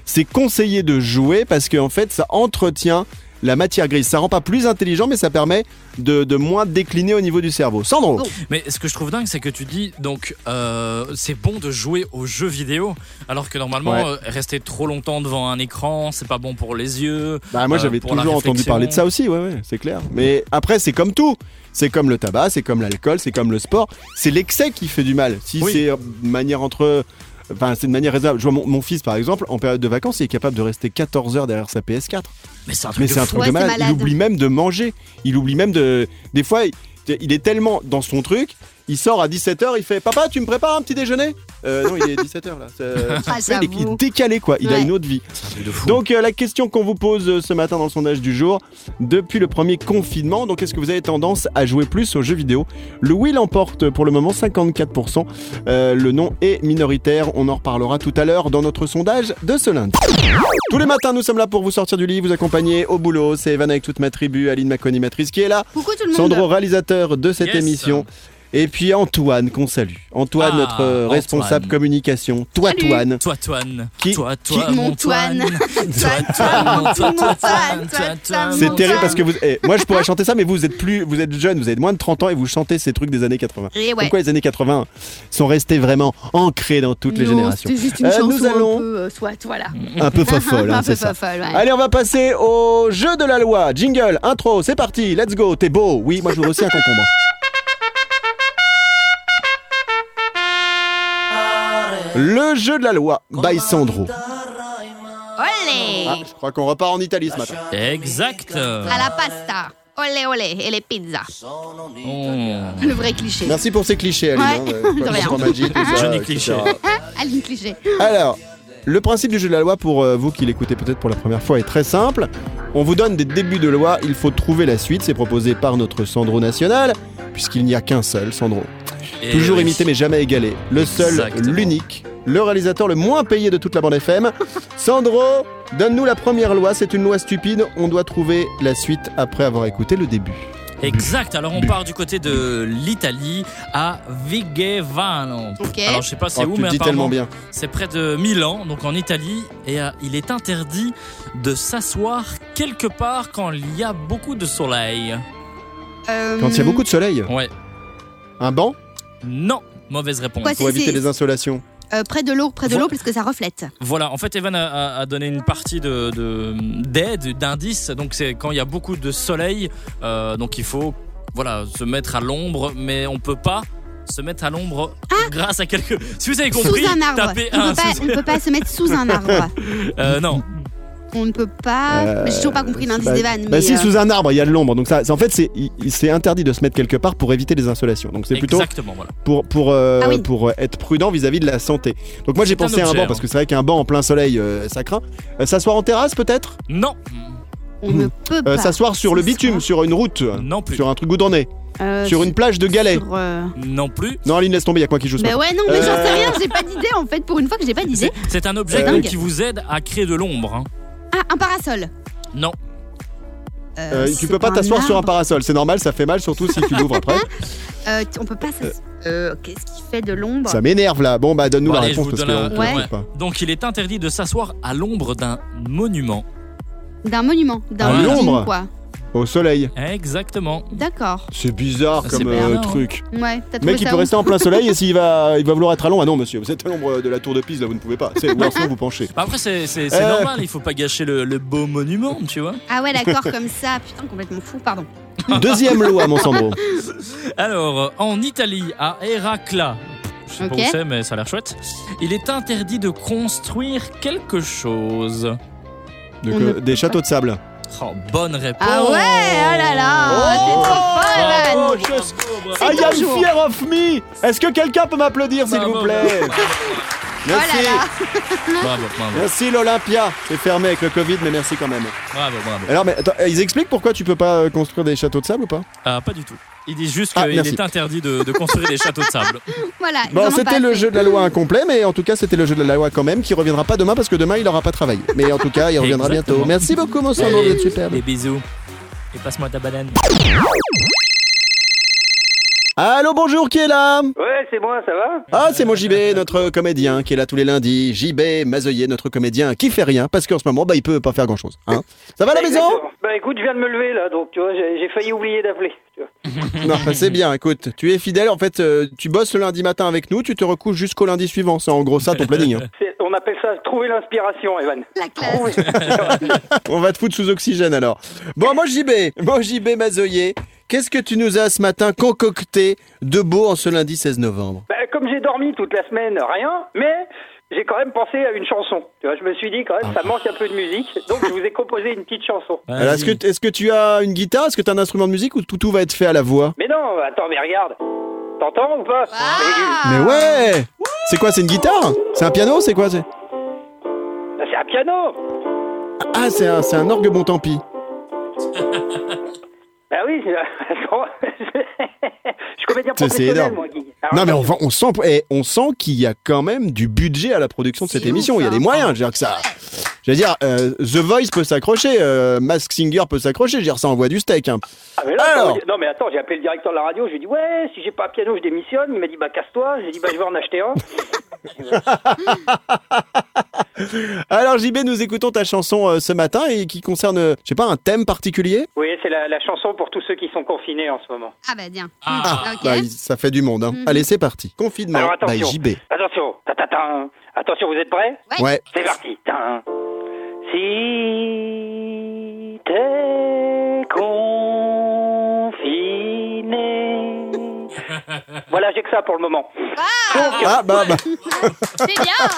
[SPEAKER 1] c'est conseillé de jouer parce qu'en fait, ça entretient la matière grise. Ça rend pas plus intelligent, mais ça permet de, de moins décliner au niveau du cerveau. Sandro
[SPEAKER 3] Oh.
[SPEAKER 4] Mais ce que je trouve dingue, c'est que tu dis donc euh, c'est bon de jouer aux jeux vidéo, alors que normalement
[SPEAKER 1] Ouais.
[SPEAKER 4] euh, rester trop longtemps devant un écran, c'est pas bon pour les yeux.
[SPEAKER 1] Bah, moi,
[SPEAKER 4] Euh,
[SPEAKER 1] j'avais
[SPEAKER 4] pour la
[SPEAKER 1] toujours entendu
[SPEAKER 4] réflexion.
[SPEAKER 1] parler de ça aussi, ouais, ouais, c'est clair. Mais après, c'est comme tout. C'est comme le tabac, c'est comme l'alcool, c'est comme le sport. C'est l'excès qui fait du mal. Si
[SPEAKER 4] Oui.
[SPEAKER 1] c'est euh, de manière entre. Enfin, c'est de manière raisonnable. Je vois mon, mon fils, par exemple, en période de vacances, il est capable de rester 14 heures derrière sa PS4.
[SPEAKER 4] Mais c'est un truc
[SPEAKER 1] Mais
[SPEAKER 4] de
[SPEAKER 1] c'est un
[SPEAKER 4] fou.
[SPEAKER 1] truc
[SPEAKER 3] Ouais,
[SPEAKER 1] de
[SPEAKER 3] c'est
[SPEAKER 1] malade. Il
[SPEAKER 3] malade.
[SPEAKER 1] oublie même de manger. Il oublie même de. Des fois, il, il est tellement dans son truc. Il sort à 17h, il fait Papa, tu me prépares un petit déjeuner Euh, Non, il est 17h là.
[SPEAKER 3] [laughs]
[SPEAKER 1] C'est- il, est, il
[SPEAKER 3] Ah, j'avoue.
[SPEAKER 1] est décalé quoi, il a
[SPEAKER 3] Ouais.
[SPEAKER 1] une autre vie.
[SPEAKER 4] C'est un truc de fou.
[SPEAKER 1] Donc euh, la question qu'on vous pose euh, ce matin dans le sondage du jour, depuis le premier confinement, donc est-ce que vous avez tendance à jouer plus aux jeux vidéo Le oui l'emporte pour le moment 54%, euh, le non est minoritaire, on en reparlera tout à l'heure dans notre sondage de ce lundi. Tous les matins nous sommes là pour vous sortir du lit, vous accompagner au boulot, c'est Evan avec toute ma tribu, Aline Maconimatrice qui est là,
[SPEAKER 3] Coucou tout le monde.
[SPEAKER 1] Sandro réalisateur de cette
[SPEAKER 4] Yes.
[SPEAKER 1] émission. Et puis Antoine qu'on salue. Antoine,
[SPEAKER 4] Ah,
[SPEAKER 1] notre euh,
[SPEAKER 4] Antoine.
[SPEAKER 1] responsable communication. Toi,
[SPEAKER 3] Salut.
[SPEAKER 1] Toine.
[SPEAKER 4] Toi, Toine.
[SPEAKER 1] Qui-
[SPEAKER 4] Toi, toi,
[SPEAKER 3] qui-
[SPEAKER 4] mon
[SPEAKER 3] Mon
[SPEAKER 4] Toine.
[SPEAKER 3] Toine.
[SPEAKER 4] [laughs] Toi, toi, mon toi, toi, Toine. Toi, toi,
[SPEAKER 1] C'est
[SPEAKER 4] mon
[SPEAKER 1] terrible
[SPEAKER 4] Toine.
[SPEAKER 1] parce que vous. eh, moi, je pourrais chanter ça, mais vous êtes plus, vous êtes jeune, vous avez moins de 30 ans et vous chantez ces trucs des années 80.
[SPEAKER 3] Et Eh ouais.
[SPEAKER 1] Pourquoi les années 80 sont restés vraiment ancrés dans toutes les
[SPEAKER 3] Non,
[SPEAKER 1] générations
[SPEAKER 3] C'était juste une
[SPEAKER 1] Euh,
[SPEAKER 3] chanson
[SPEAKER 1] nous allons-
[SPEAKER 3] un peu euh, soit voilà.
[SPEAKER 1] Un peu
[SPEAKER 3] [laughs]
[SPEAKER 1] fofolle, hein,
[SPEAKER 3] un peu
[SPEAKER 1] c'est ça.
[SPEAKER 3] fofolle, ouais.
[SPEAKER 1] Allez, on va passer au jeu de la loi. Jingle, intro, c'est parti. Let's go. T'es beau. Oui, moi, je veux aussi un concombre. Le jeu de la loi by Sandro.
[SPEAKER 3] Olé
[SPEAKER 1] Ah, je crois qu'on repart en Italie ce matin.
[SPEAKER 4] Exact.
[SPEAKER 3] À la pasta. Olé olé et les pizzas.
[SPEAKER 4] Ah. On-
[SPEAKER 3] Le vrai cliché.
[SPEAKER 1] Merci pour ces clichés, Aline.
[SPEAKER 3] Ouais,
[SPEAKER 1] hein, euh,
[SPEAKER 3] de
[SPEAKER 1] comme
[SPEAKER 3] rien.
[SPEAKER 1] Sandra Magic, tout ça,
[SPEAKER 4] Johnny
[SPEAKER 1] etc.
[SPEAKER 4] cliché.
[SPEAKER 3] Aline Ah, cliché.
[SPEAKER 1] Alors, le principe du jeu de la loi pour euh, vous qui l'écoutez peut-être pour la première fois est très simple. On vous donne des débuts de loi, il faut trouver la suite, c'est proposé par notre Sandro national, puisqu'il n'y a qu'un seul Sandro.
[SPEAKER 4] Et
[SPEAKER 1] Toujours
[SPEAKER 4] oui.
[SPEAKER 1] imité mais jamais égalé. Le seul,
[SPEAKER 4] Exactement.
[SPEAKER 1] l'unique, le réalisateur le moins payé de toute la bande
[SPEAKER 4] [laughs]
[SPEAKER 1] FM. Sandro, donne-nous la première loi, c'est une loi stupide, on doit trouver la suite après avoir écouté le début.
[SPEAKER 4] Exact. Alors on
[SPEAKER 1] Bu.
[SPEAKER 4] part du côté de l'Italie à Vigevano.
[SPEAKER 3] Ok.
[SPEAKER 4] Alors je sais pas c'est
[SPEAKER 1] Oh,
[SPEAKER 4] où,
[SPEAKER 1] tu
[SPEAKER 4] mais
[SPEAKER 1] le dis
[SPEAKER 4] apparemment,
[SPEAKER 1] tellement bien.
[SPEAKER 4] c'est près de Milan, donc en Italie, et euh, il est interdit de s'asseoir quelque part quand il y a beaucoup de soleil.
[SPEAKER 3] Euh,
[SPEAKER 1] Quand
[SPEAKER 4] Hmm.
[SPEAKER 1] il y a beaucoup de soleil,
[SPEAKER 4] Ouais.
[SPEAKER 1] un banc
[SPEAKER 4] Non, mauvaise réponse.
[SPEAKER 3] Quoi, c'est-
[SPEAKER 1] pour éviter les insolations.
[SPEAKER 3] Euh, près de l'eau, près de
[SPEAKER 4] Vo-
[SPEAKER 3] l'eau, parce que ça reflète.
[SPEAKER 4] Voilà, en fait, Evan a, a- a donné une partie de de- d'aide, d'indice. Donc, c'est quand il y a beaucoup de soleil, euh, donc il faut voilà, se mettre à l'ombre, mais on peut pas se mettre à l'ombre grâce à quelque. Si vous avez compris,
[SPEAKER 3] Ah sous un arbre.
[SPEAKER 4] tapez
[SPEAKER 3] On
[SPEAKER 4] un
[SPEAKER 3] peut, pas,
[SPEAKER 4] sous-
[SPEAKER 3] on peut pas se mettre sous un arbre.
[SPEAKER 4] [laughs] Euh, non,
[SPEAKER 3] On ne peut pas.
[SPEAKER 1] Euh,
[SPEAKER 3] J'ai toujours pas compris l'indice
[SPEAKER 1] bah-
[SPEAKER 3] d'Evan.
[SPEAKER 1] Bah
[SPEAKER 3] mais,
[SPEAKER 1] si,
[SPEAKER 3] euh,
[SPEAKER 1] sous un arbre, il y a de l'ombre. Donc ça, c'est- en fait, c'est il- il- c'est interdit de se mettre quelque part pour éviter les insolations. Donc c'est plutôt
[SPEAKER 4] exactement. Voilà.
[SPEAKER 1] pour pour euh,
[SPEAKER 3] Ah oui.
[SPEAKER 1] pour être prudent vis-à-vis de la santé. Donc moi j'ai
[SPEAKER 4] C'est un
[SPEAKER 1] pensé à un
[SPEAKER 4] objet,
[SPEAKER 1] banc
[SPEAKER 4] hein.
[SPEAKER 1] parce que c'est vrai qu'un banc en plein soleil euh, ça craint. Euh, s'asseoir en terrasse peut-être.
[SPEAKER 4] Non,
[SPEAKER 3] on ne peut
[SPEAKER 1] Euh,
[SPEAKER 3] pas.
[SPEAKER 1] s'asseoir sur le bitume, sur une route, euh,
[SPEAKER 4] non plus,
[SPEAKER 1] sur un truc goudronné,
[SPEAKER 3] Euh,
[SPEAKER 1] sur une plage de galets.
[SPEAKER 3] sur, euh,
[SPEAKER 4] non plus.
[SPEAKER 1] Non, Aline laisse tomber, il y a quoi qui joue ce
[SPEAKER 3] Bah
[SPEAKER 1] matin.
[SPEAKER 3] ouais, non, mais j'en sais
[SPEAKER 1] Euh.
[SPEAKER 3] rien, j'ai pas d'idée en fait. Pour une fois que j'ai pas d'idée.
[SPEAKER 4] C'est- C'est un objet
[SPEAKER 1] Euh,
[SPEAKER 4] donc, qui vous aide à créer de l'ombre. hein.
[SPEAKER 3] Ah, un parasol.
[SPEAKER 4] Non,
[SPEAKER 1] Euh, tu
[SPEAKER 3] c'est
[SPEAKER 1] peux pas t'asseoir sur un
[SPEAKER 3] arbre.
[SPEAKER 1] parasol, c'est normal, ça fait mal surtout si tu l'ouvres après.
[SPEAKER 3] Euh, t- on peut pas s'asseoir. Euh, Qu'est-ce qui fait de l'ombre
[SPEAKER 1] Ça m'énerve là. Bon bah donne-nous
[SPEAKER 4] Bon,
[SPEAKER 1] la
[SPEAKER 4] allez, je
[SPEAKER 1] réponse parce
[SPEAKER 4] vous
[SPEAKER 1] que
[SPEAKER 4] donne un-
[SPEAKER 1] on peut
[SPEAKER 3] Ouais.
[SPEAKER 1] trouve pas.
[SPEAKER 4] donc il est interdit de s'asseoir à l'ombre d'un monument.
[SPEAKER 3] D'un monument,
[SPEAKER 4] Ah,
[SPEAKER 3] d'un building,
[SPEAKER 1] l'ombre.
[SPEAKER 3] quoi.
[SPEAKER 1] Au soleil.
[SPEAKER 4] Exactement.
[SPEAKER 3] D'accord.
[SPEAKER 1] C'est bizarre
[SPEAKER 4] Ah, c'est
[SPEAKER 1] comme
[SPEAKER 4] bien,
[SPEAKER 1] euh,
[SPEAKER 4] non.
[SPEAKER 1] truc.
[SPEAKER 3] Ouais, t'as
[SPEAKER 1] Le
[SPEAKER 3] trouvé
[SPEAKER 1] mec, il
[SPEAKER 3] ça
[SPEAKER 1] peut
[SPEAKER 3] où
[SPEAKER 1] rester en
[SPEAKER 3] [laughs]
[SPEAKER 1] plein soleil et s'il va, il va vouloir être à l'ombre. Ah non, monsieur, vous êtes à l'ombre de la tour de Pise, là, vous ne pouvez pas. C'est ou alors sinon, vous penchez.
[SPEAKER 3] [laughs]
[SPEAKER 4] Bah, Après, c'est c'est- c'est
[SPEAKER 1] Euh.
[SPEAKER 4] normal, il faut pas gâcher le, le beau monument, tu vois.
[SPEAKER 3] Ah ouais, d'accord, comme ça. Putain, complètement fou, pardon.
[SPEAKER 1] Deuxième loi, mon
[SPEAKER 3] [laughs]
[SPEAKER 1] Sandro.
[SPEAKER 4] Alors, euh, en Italie, à Heracla, je sais
[SPEAKER 3] Ok.
[SPEAKER 4] pas où c'est, mais ça a l'air chouette, il est interdit de construire quelque chose.
[SPEAKER 1] Donc,
[SPEAKER 3] On ne
[SPEAKER 1] euh, des châteaux de sable.
[SPEAKER 4] Oh, bonne réponse
[SPEAKER 3] Ah ouais, oh là oh là,
[SPEAKER 1] Oh
[SPEAKER 3] t'es trop folle, Evan.
[SPEAKER 1] Bravo, je-
[SPEAKER 4] bravo, bravo.
[SPEAKER 3] C'est
[SPEAKER 1] I am
[SPEAKER 3] toujours.
[SPEAKER 1] fier of me Est-ce que quelqu'un peut m'applaudir, s'il
[SPEAKER 4] Bravo,
[SPEAKER 1] vous plaît
[SPEAKER 4] bravo,
[SPEAKER 1] Merci
[SPEAKER 3] Oh là là. [laughs]
[SPEAKER 4] Bravo, bravo,
[SPEAKER 1] Merci l'Olympia C'est fermé avec le Covid, mais merci quand même.
[SPEAKER 4] bravo, bravo.
[SPEAKER 1] Alors, mais attends, euh, ils expliquent pourquoi tu peux pas euh, construire des châteaux de sable ou pas
[SPEAKER 4] Ah, pas du tout. Il dit juste
[SPEAKER 1] Ah,
[SPEAKER 4] qu'il
[SPEAKER 1] merci.
[SPEAKER 4] est interdit de, de construire des châteaux de
[SPEAKER 1] [laughs]
[SPEAKER 4] sable.
[SPEAKER 3] Voilà. ils en
[SPEAKER 1] Bon,
[SPEAKER 3] ont pas
[SPEAKER 1] c'était le
[SPEAKER 3] assez.
[SPEAKER 1] jeu de la loi incomplet, mais en tout cas, c'était le jeu de la loi quand même, qui reviendra pas demain parce que demain, il aura pas travaillé. Mais en tout cas, il reviendra bientôt.
[SPEAKER 4] Exactement.
[SPEAKER 1] Merci beaucoup, mon Sandro, vous
[SPEAKER 4] Allez,
[SPEAKER 1] êtes superbe.
[SPEAKER 4] Des bisous. Et passe-moi ta banane.
[SPEAKER 1] Allô, bonjour, qui est là
[SPEAKER 5] Ouais, c'est moi, ça va
[SPEAKER 1] Ah, c'est mon JB, notre comédien, qui est là tous les lundis. JB Mazeuillet, notre comédien, qui fait rien, parce qu'en ce moment, bah, il peut pas faire grand-chose. hein. Ça va la maison
[SPEAKER 5] Exactement. Bah écoute, je viens de me lever là, donc tu vois, j'ai j'ai failli oublier d'appeler. tu vois.
[SPEAKER 1] Non, bah, c'est bien, écoute, tu es fidèle, en fait, euh, tu bosses le lundi matin avec nous, tu te recouches jusqu'au lundi suivant, c'est en gros ça ton planning. hein.
[SPEAKER 5] C'est- On appelle ça trouver l'inspiration, Evan.
[SPEAKER 3] La classe.
[SPEAKER 1] On va te foutre sous oxygène alors. Bon, moi JB, moi JB Mazoyer, qu'est-ce que tu nous as ce matin concocté de beau en ce lundi 16 novembre
[SPEAKER 5] Bah, comme j'ai dormi toute la semaine, rien, mais j'ai quand même pensé à une chanson. Tu vois, je me suis dit quand
[SPEAKER 1] Ah.
[SPEAKER 5] même, ça manque un peu de musique, donc je vous ai composé une petite chanson.
[SPEAKER 1] Alors, Est-ce que, est que tu as une guitare Est-ce que tu as un instrument de musique ou tout, tout va être fait à la voix
[SPEAKER 5] Mais non, attends, mais regarde. T'entends ou pas
[SPEAKER 3] Ah.
[SPEAKER 1] Mais ouais C'est quoi, c'est une guitare C'est un piano C'est quoi c'est-
[SPEAKER 5] Mais C'est un piano
[SPEAKER 1] Ah, c'est un, c'est un orgue bon tant pis.
[SPEAKER 5] Bah oui, c'est- attends, [laughs] je suis comédien
[SPEAKER 1] C'est- c'est
[SPEAKER 5] professionnel,
[SPEAKER 1] énorme.
[SPEAKER 5] moi, Guy. Alors,
[SPEAKER 1] Non mais on, va- on sent, eh, on sent qu'il y a quand même du budget à la production de cette
[SPEAKER 3] C'est ouf,
[SPEAKER 1] émission. Il y a
[SPEAKER 3] hein.
[SPEAKER 1] des moyens. Je veux dire que ça, je veux dire, euh, The Voice peut s'accrocher, euh, Mask Singer peut s'accrocher. Je veux dire, ça envoie du steak. hein.
[SPEAKER 5] Ah, mais là, attends,
[SPEAKER 1] Alors.
[SPEAKER 5] j'ai- non mais attends, j'ai appelé le directeur de la radio, je lui ai dit ouais, si j'ai pas un piano, je démissionne. Il m'a dit bah casse-toi. J'ai dit bah je vais en acheter un.
[SPEAKER 1] Alors JB, nous écoutons ta chanson euh, ce matin et qui concerne, euh, je sais pas, un thème particulier.
[SPEAKER 5] oui, c'est la, la chanson pour tous ceux qui sont confinés en ce moment.
[SPEAKER 3] Ah bah bien.
[SPEAKER 4] Ah.
[SPEAKER 3] ok.
[SPEAKER 1] Bah, il- ça fait du monde. hein. Allez, c'est parti. Confinement.
[SPEAKER 5] Alors, attention.
[SPEAKER 1] by JB.
[SPEAKER 5] Attention, ta ta ta. Attention, vous êtes prêts
[SPEAKER 3] Ouais.
[SPEAKER 1] Ouais.
[SPEAKER 5] C'est parti. Tin. Si t'es confiné. voilà, j'ai que ça pour le moment. Donc,
[SPEAKER 1] Ah bah, bah.
[SPEAKER 3] C'est bien. hein.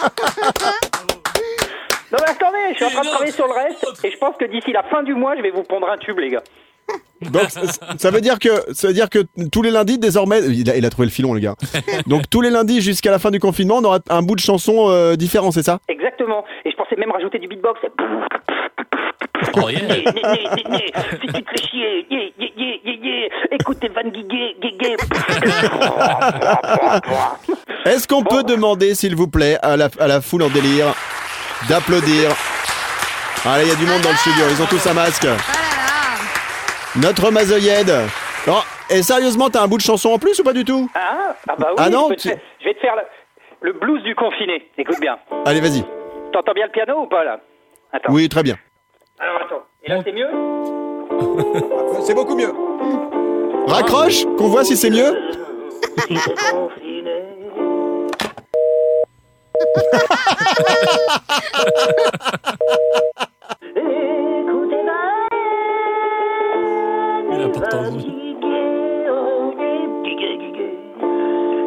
[SPEAKER 5] non mais attendez, je suis en train de travailler sur le reste et je pense que d'ici la fin du mois, je vais vous pondre un tube, les gars.
[SPEAKER 1] donc ça- ça veut dire que ça veut dire que tous les lundis désormais, il a, il a trouvé le filon le gars. Donc tous les lundis jusqu'à la fin du confinement, on aura un bout de chanson euh, différent, c'est ça
[SPEAKER 5] Exactement. Et je pensais même rajouter du beatbox.
[SPEAKER 4] Oh,
[SPEAKER 1] [laughs]
[SPEAKER 4] yeah.
[SPEAKER 5] Né, né, né, né, né. Si tu te fais chier, yé, yé, yé, yé, yé. écoute tes vannes guigué, guigué.
[SPEAKER 1] Est-ce qu'on peut demander, s'il vous plaît, à la, à la foule en délire d'applaudir Allez, il y a du monde dans le studio, ils ont tous un masque.
[SPEAKER 3] Ah là là.
[SPEAKER 1] Notre Mazoyed. Oh, et sérieusement, t'as un bout de chanson en plus ou pas du tout
[SPEAKER 5] Ah, ah bah oui,
[SPEAKER 1] Ah non,
[SPEAKER 5] je, peux te
[SPEAKER 1] tu-
[SPEAKER 5] faire- je vais te faire le, le blues du confiné. Écoute bien.
[SPEAKER 1] Allez, vas-y.
[SPEAKER 5] T'entends bien le piano ou pas là Attends.
[SPEAKER 1] Oui, très bien.
[SPEAKER 5] Alors attends. Et là c'est mieux
[SPEAKER 1] C'est beaucoup mieux. Raccroche, qu'on voit si c'est mieux.
[SPEAKER 4] Il a pas entendu.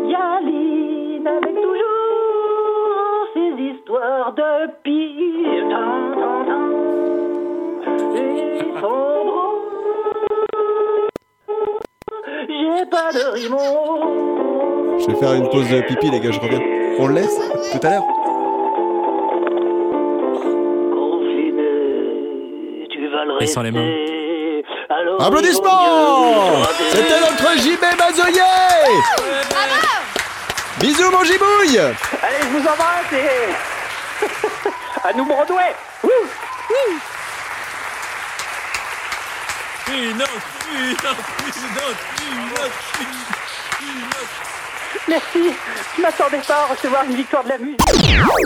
[SPEAKER 5] Yaline avec toujours ses histoires de pire. Tan, tan, tan. Et son drôle. J'ai pas de rimon.
[SPEAKER 1] Je vais faire une pause de pipi, les gars, je reviens. On le laisse Tout à l'heure
[SPEAKER 5] Confiné, tu vas le
[SPEAKER 4] Et sans les mains.
[SPEAKER 5] rester. Alors,
[SPEAKER 1] Applaudissements
[SPEAKER 5] mon Dieu,
[SPEAKER 1] C'était notre JB Mazoyer Bisous, mon gibouille
[SPEAKER 5] Allez, je vous embrasse et [laughs] à nous Broadway. Wouh
[SPEAKER 4] Une autre, une autre, une autre, une autre, une autre.
[SPEAKER 5] Merci. Je m'attendais pas à recevoir une victoire de la musique.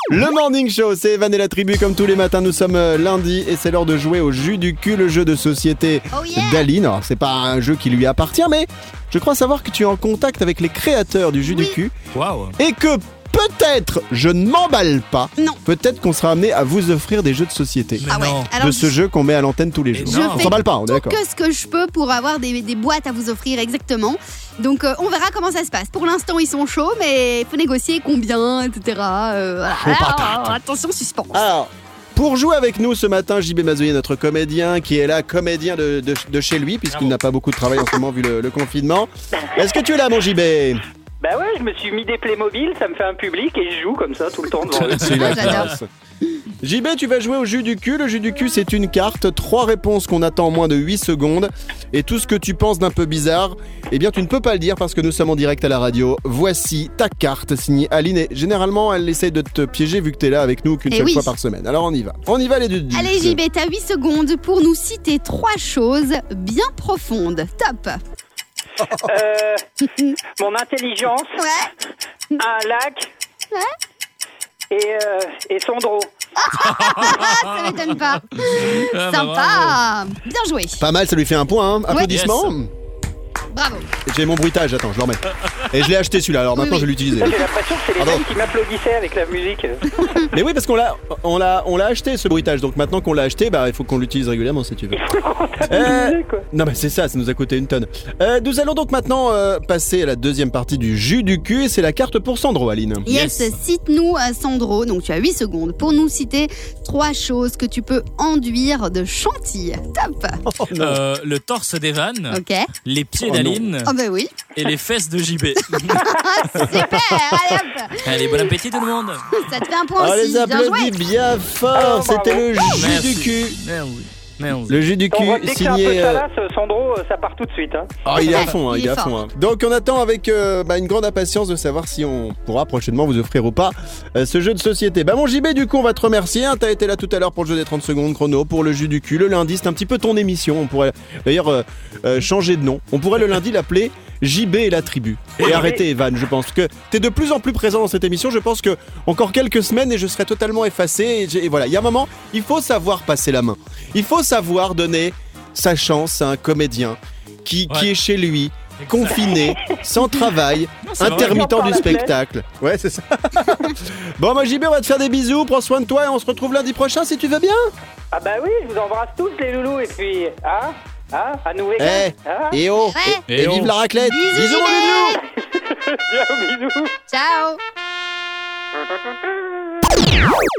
[SPEAKER 1] Le Morning Show, c'est Evan et la tribu comme tous les matins. Nous sommes euh, lundi et c'est l'heure de jouer au jus du cul, le jeu de société
[SPEAKER 3] Oh yeah.
[SPEAKER 1] d'Aline. Alors, c'est pas un jeu qui lui appartient, mais je crois savoir que tu es en contact avec les créateurs du jus du cul
[SPEAKER 4] Waouh.
[SPEAKER 1] et que peut-être, je ne m'emballe pas,
[SPEAKER 3] Non.
[SPEAKER 1] peut-être qu'on sera amené à vous offrir des jeux de société.
[SPEAKER 4] Mais
[SPEAKER 3] Ah ouais.
[SPEAKER 4] non.
[SPEAKER 3] Alors,
[SPEAKER 1] de ce jeu qu'on met à l'antenne tous les jours.
[SPEAKER 4] Je
[SPEAKER 1] on
[SPEAKER 4] fais
[SPEAKER 1] s'emballe pas, on est
[SPEAKER 3] tout
[SPEAKER 1] d'accord.
[SPEAKER 3] que ce que je peux pour avoir des, des boîtes à vous offrir exactement. Donc euh, on verra comment ça se passe. Pour l'instant ils sont chauds mais il faut négocier combien, etc. Euh, voilà.
[SPEAKER 1] Chaud
[SPEAKER 3] Alors,
[SPEAKER 1] patate. Ah,
[SPEAKER 3] attention suspense.
[SPEAKER 1] Alors, Pour jouer avec nous ce matin, JB Mazoyer, notre comédien, qui est là, comédien de, de- de chez lui, puisqu'il
[SPEAKER 4] Bravo.
[SPEAKER 1] n'a pas beaucoup de travail en ce moment vu le, le confinement. Est-ce que tu es là, mon JB
[SPEAKER 5] Bah ouais, je me suis mis des Playmobil, ça me fait un public et je joue comme ça tout le
[SPEAKER 1] [laughs]
[SPEAKER 5] temps devant eux.
[SPEAKER 3] Ah, J'adore.
[SPEAKER 1] JB, tu vas jouer au jus du cul. Le jus du cul, c'est une carte, trois réponses qu'on attend en moins de 8 secondes. Et tout ce que tu penses d'un peu bizarre, eh bien, tu ne peux pas le dire parce que nous sommes en direct à la radio. Voici ta carte signée Aline. Et généralement, elle essaye de te piéger vu que tu es là avec nous qu'une
[SPEAKER 3] Eh
[SPEAKER 1] seule
[SPEAKER 3] oui.
[SPEAKER 1] fois par semaine. Alors, on y va. On y va, les deux.
[SPEAKER 3] Allez JB, t'as 8 secondes pour nous citer trois choses bien profondes. Top
[SPEAKER 5] Euh, mon intelligence,
[SPEAKER 3] Ouais
[SPEAKER 5] un lac et, euh, et Sandro.
[SPEAKER 3] Ça m'étonne pas.
[SPEAKER 4] [laughs] Ah, bah, bravo.
[SPEAKER 3] Sympa Bien joué
[SPEAKER 1] Pas mal, ça lui fait un point. hein. Applaudissements.
[SPEAKER 3] Bravo
[SPEAKER 1] J'ai mon bruitage, attends, je le remets. Et je l'ai acheté celui-là, alors maintenant
[SPEAKER 3] Oui,
[SPEAKER 1] je vais l'utiliser.
[SPEAKER 5] J'ai l'impression que c'est les
[SPEAKER 1] Pardon.
[SPEAKER 5] mêmes qui m'applaudissaient avec la musique. [laughs]
[SPEAKER 1] Mais oui, parce qu'on l'a, on l'a, on l'a acheté ce bruitage, donc maintenant qu'on l'a acheté, bah il faut qu'on l'utilise régulièrement si tu veux. Euh,
[SPEAKER 5] quoi.
[SPEAKER 1] non mais c'est ça, ça nous a coûté une tonne. Euh, nous allons donc maintenant euh, passer à la deuxième partie du jus du cul, et c'est la carte pour Sandro, Aline.
[SPEAKER 3] Yes,
[SPEAKER 4] Yes.
[SPEAKER 3] cite-nous euh, Sandro, donc tu as 8 secondes pour nous citer trois choses que tu peux enduire de chantilly. Top
[SPEAKER 1] Oh, non.
[SPEAKER 4] Euh, le torse d'Evan,
[SPEAKER 3] Ok
[SPEAKER 4] les pieds
[SPEAKER 1] Oh,
[SPEAKER 4] d'Aline
[SPEAKER 3] Oh bah oui
[SPEAKER 4] et les fesses de JB.
[SPEAKER 3] Super Allez
[SPEAKER 4] [laughs] Allez, bon appétit tout le monde.
[SPEAKER 3] hop Ça te fait un point
[SPEAKER 1] Alors,
[SPEAKER 3] aussi,
[SPEAKER 1] Ah, les
[SPEAKER 3] bien
[SPEAKER 1] applaudis
[SPEAKER 3] joué
[SPEAKER 1] bien fort,
[SPEAKER 5] Oh, bravo.
[SPEAKER 1] c'était le jus
[SPEAKER 4] Merci.
[SPEAKER 1] du cul.
[SPEAKER 4] Merci. Merci.
[SPEAKER 1] Le jus du
[SPEAKER 5] On
[SPEAKER 1] cul
[SPEAKER 5] voit dès que c'est un peu
[SPEAKER 1] signé... euh,
[SPEAKER 5] salace, Sandro, ça part tout de suite. Hein.
[SPEAKER 1] Ah, il est à fond, hein, il,
[SPEAKER 3] Il
[SPEAKER 1] est
[SPEAKER 3] est
[SPEAKER 1] à
[SPEAKER 3] fort.
[SPEAKER 1] fond. hein. Donc on attend avec euh, bah, une grande impatience de savoir si on pourra prochainement vous offrir ou pas euh, ce jeu de société. Bah mon JB, du coup, on va te remercier. hein. T'as été là tout à l'heure pour le jeu des 30 secondes chrono, pour le jus du cul. Le lundi, c'est un petit peu ton émission. On pourrait d'ailleurs euh, euh, changer de nom. On pourrait le lundi l'appeler JB et la tribu. Et arrêter Evan, je pense que t'es de plus en plus présent dans cette émission. Je pense que encore quelques semaines et je serai totalement effacé. Et, j'ai- et voilà, il y a un moment, il faut savoir passer la main. Il faut savoir donner sa chance à un comédien qui, qui
[SPEAKER 4] Ouais.
[SPEAKER 1] est chez lui, confiné, sans travail,
[SPEAKER 4] c'est vrai.
[SPEAKER 1] intermittent
[SPEAKER 5] Par
[SPEAKER 1] du
[SPEAKER 5] la fenêtre.
[SPEAKER 1] spectacle. Ouais, c'est ça. [laughs] bon, moi, JB, on va te faire des bisous, prends soin de toi et on se retrouve lundi prochain si tu veux bien.
[SPEAKER 5] Ah bah oui, je vous embrasse tous les loulous et puis hein, hein, à nous les
[SPEAKER 1] Eh.
[SPEAKER 5] gars, hein.
[SPEAKER 1] Et oh,
[SPEAKER 3] Ouais.
[SPEAKER 1] et, et
[SPEAKER 4] Et
[SPEAKER 1] vive
[SPEAKER 4] oh.
[SPEAKER 1] la raclette. Bisous, mon loulou.
[SPEAKER 5] Ciao, bisous.
[SPEAKER 3] Ciao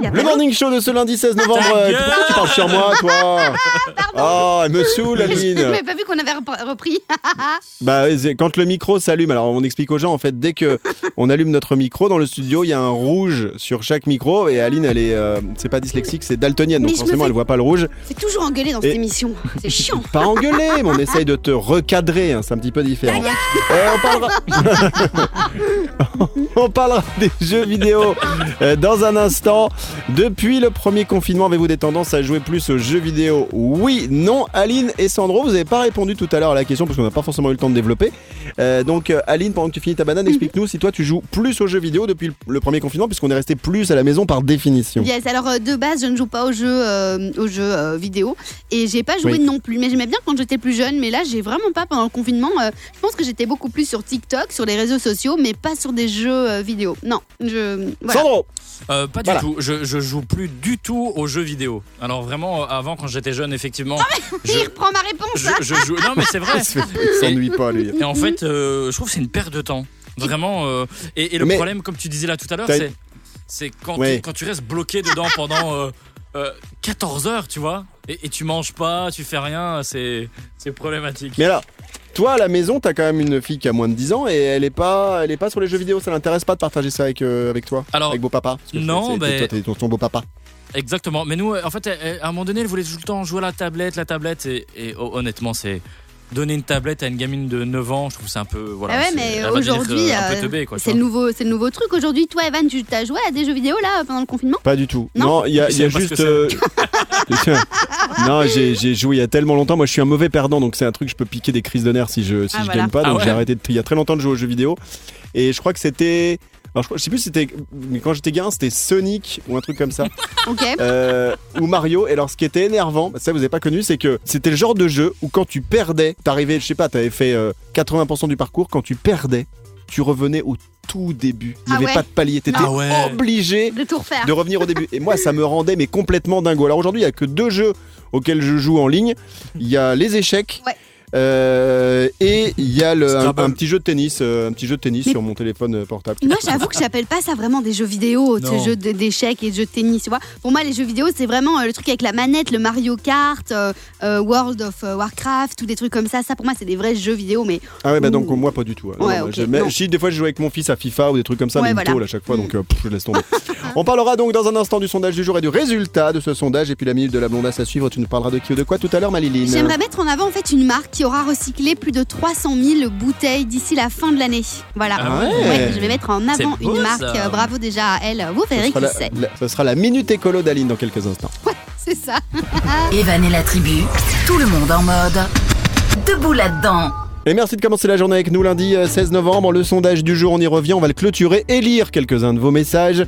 [SPEAKER 1] Le morning show de ce lundi 16 novembre. euh,
[SPEAKER 4] gueule.
[SPEAKER 1] Pourquoi tu parles sur moi,
[SPEAKER 3] [laughs]
[SPEAKER 1] toi Oh, elle me saoule,
[SPEAKER 3] Je
[SPEAKER 1] Aline.
[SPEAKER 3] n'avais pas vu qu'on avait rep- repris. [laughs]
[SPEAKER 1] Bah, c'est- quand le micro s'allume, alors on explique aux gens en fait, dès que on allume notre micro dans le studio, il y a un rouge sur chaque micro et Aline, elle est, euh, c'est pas dyslexique, c'est daltonienne, donc
[SPEAKER 3] Mais je me
[SPEAKER 1] forcément
[SPEAKER 3] fais-
[SPEAKER 1] elle voit pas le rouge.
[SPEAKER 3] C'est toujours engueulé dans
[SPEAKER 1] Et-
[SPEAKER 3] cette émission. C'est chiant.
[SPEAKER 1] Pas engueuler, mais on essaye de te recadrer, hein, c'est un petit peu différent. Euh, on parlera, [laughs] on parlera des jeux vidéo euh, dans un instant. Depuis le premier confinement, avez-vous des tendances à jouer plus aux jeux vidéo Oui, non. Aline et Sandro, vous n'avez pas répondu tout à l'heure à la question parce qu'on n'a pas forcément eu le temps de développer. Euh, donc, euh, Aline, pendant que tu finis ta banane, explique-nous si toi tu joues plus aux jeux vidéo depuis le- le premier confinement, puisqu'on est resté plus à la maison par définition.
[SPEAKER 3] Yes, alors euh, de base, je ne joue pas aux jeux, euh, aux jeux euh, vidéo et j'ai pas joué
[SPEAKER 1] Oui.
[SPEAKER 3] non plus. Mais j'aimais bien quand j'étais plus jeune, mais là, j'ai vraiment pas pendant le confinement. euh, je pense que j'étais beaucoup plus sur TikTok, sur les réseaux sociaux, mais pas sur des jeux euh, vidéo. Non, je. Voilà.
[SPEAKER 1] Sandro
[SPEAKER 4] Euh, pas du
[SPEAKER 1] Voilà.
[SPEAKER 4] tout. Je, je joue plus du tout aux jeux vidéo. Alors vraiment, euh, avant quand j'étais jeune, effectivement,
[SPEAKER 1] Ah,
[SPEAKER 3] Il
[SPEAKER 4] je,
[SPEAKER 3] reprend ma réponse. hein.
[SPEAKER 4] je, je jouais- Non mais c'est vrai.
[SPEAKER 1] Il s'ennuie pas, lui.
[SPEAKER 4] Et en fait, euh, je trouve que c'est une perte de temps. Vraiment. euh, et, et le
[SPEAKER 1] Mais-
[SPEAKER 4] problème, comme tu disais là tout à l'heure,
[SPEAKER 1] T'as-
[SPEAKER 4] c'est c'est quand, tu-
[SPEAKER 1] Ouais.
[SPEAKER 4] quand tu restes bloqué dedans pendant euh, euh, 14 heures, tu vois, et, et tu manges pas, tu fais rien, c'est c'est problématique.
[SPEAKER 1] Mais alors, toi à la maison, t'as quand même une fille qui a moins de 10 ans et elle est pas, elle est pas sur les jeux vidéo. Ça l'intéresse pas de partager ça avec, euh, avec toi,
[SPEAKER 4] Alors,
[SPEAKER 1] avec beau papa. Parce que
[SPEAKER 4] Oh. non, ben-
[SPEAKER 1] c'est- c'est-
[SPEAKER 4] mais-
[SPEAKER 1] toi, t'es ton, ton beau papa.
[SPEAKER 4] Exactement. Mais nous, euh, en fait, elle- elle- à un moment donné, elle voulait tout le temps jouer à la tablette, la tablette. Et, et, oh, honnêtement, c'est donner une tablette à une gamine de 9 ans, je trouve que c'est un peu. Voilà,
[SPEAKER 3] Ah ouais,
[SPEAKER 4] c'est-
[SPEAKER 3] mais
[SPEAKER 4] elle va devenir,
[SPEAKER 3] aujourd'hui,
[SPEAKER 4] euh, un
[SPEAKER 3] euh,
[SPEAKER 4] peu teubée, quoi. tu
[SPEAKER 3] C'est le
[SPEAKER 4] vois.
[SPEAKER 3] nouveau, c'est le nouveau truc aujourd'hui. Toi, Evan, tu t'as joué à des jeux vidéo là pendant le confinement
[SPEAKER 1] Pas du tout.
[SPEAKER 3] Non.
[SPEAKER 1] Non, il y a,
[SPEAKER 4] Je
[SPEAKER 1] il y a
[SPEAKER 4] sais pas ce
[SPEAKER 1] juste.
[SPEAKER 4] que
[SPEAKER 1] euh, [laughs] non, j'ai j'ai joué il y a tellement longtemps. Moi, je suis un mauvais perdant, donc c'est un truc je peux piquer des crises de nerfs si je si
[SPEAKER 3] Ah,
[SPEAKER 1] je
[SPEAKER 3] voilà.
[SPEAKER 1] gagne pas.
[SPEAKER 4] Ah
[SPEAKER 1] Donc
[SPEAKER 4] ouais.
[SPEAKER 1] j'ai arrêté de- il y a très longtemps de jouer aux jeux vidéo. Et je crois que c'était. Alors, je, crois- je sais plus si c'était. Mais quand j'étais gamin, c'était Sonic ou un truc comme ça.
[SPEAKER 3] Ok.
[SPEAKER 1] euh, ou Mario. Et alors, ce qui était énervant, ça vous avez pas connu, c'est que c'était le genre de jeu où quand tu perdais, t'arrivais, je sais pas, t'avais fait euh, 80% du parcours, quand tu perdais, tu revenais au tout début. Il n'y
[SPEAKER 3] Ah
[SPEAKER 1] avait
[SPEAKER 3] ouais.
[SPEAKER 1] pas de palier, t'étais
[SPEAKER 4] Ah ouais.
[SPEAKER 1] obligé
[SPEAKER 3] De tout refaire.
[SPEAKER 1] de revenir au début. Et moi, ça me rendait mais complètement dingo. Alors aujourd'hui, il y a que deux jeux auxquels je joue en ligne. Il y a les échecs.
[SPEAKER 3] Ouais.
[SPEAKER 1] Euh, et il y a le- un,
[SPEAKER 4] Scrabble.
[SPEAKER 1] un petit jeu de tennis, euh, un petit jeu de tennis sur mon téléphone euh, portable.
[SPEAKER 3] Moi, j'avoue que j'appelle pas ça vraiment des jeux vidéo,
[SPEAKER 4] Non.
[SPEAKER 3] ces jeux d- d'échecs et de jeux de tennis, tu vois. Pour moi, les jeux vidéo, c'est vraiment euh, le truc avec la manette, le Mario Kart, euh, euh, World of euh, Warcraft, tous des trucs comme ça. Ça, pour moi, c'est des vrais jeux vidéo, mais
[SPEAKER 1] Ah ouais, bah
[SPEAKER 3] Ouh.
[SPEAKER 1] donc moi pas du tout. Non,
[SPEAKER 3] Ouais,
[SPEAKER 1] non,
[SPEAKER 3] ok,
[SPEAKER 1] je- mais
[SPEAKER 3] non.
[SPEAKER 1] si des fois je joue avec mon fils à FIFA ou des trucs comme ça,
[SPEAKER 3] Ouais,
[SPEAKER 1] mais il me
[SPEAKER 3] voilà. Mm.
[SPEAKER 1] tôle à chaque fois, donc euh, pff, je laisse
[SPEAKER 3] [laughs]
[SPEAKER 1] tomber. On parlera donc dans un instant du sondage du jour et du résultat de ce sondage, et puis la minute de la blondasse à suivre, tu nous parleras de qui ou de quoi tout à l'heure, Maliline.
[SPEAKER 3] J'aimerais mettre en avant en fait une marque qui aura recyclé plus de 300 000 bouteilles d'ici la fin de l'année. Voilà.
[SPEAKER 4] Ah ouais.
[SPEAKER 3] Je vais mettre en
[SPEAKER 4] C'est
[SPEAKER 3] avant
[SPEAKER 4] beau,
[SPEAKER 3] une marque.
[SPEAKER 4] ça.
[SPEAKER 3] euh, Bravo déjà à elle. Vous
[SPEAKER 1] ce
[SPEAKER 3] verrez
[SPEAKER 1] sera,
[SPEAKER 3] qui
[SPEAKER 1] la,
[SPEAKER 3] c'est. [laughs]
[SPEAKER 1] la- ce sera la minute écolo d'Aline dans quelques instants.
[SPEAKER 3] C'est ça.
[SPEAKER 2] Evan et la tribu, tout le monde en mode. Debout là-dedans.
[SPEAKER 1] Et merci de commencer la journée avec nous lundi euh, 16 novembre. Le sondage du jour, on y revient. On va le clôturer et lire quelques-uns de vos messages.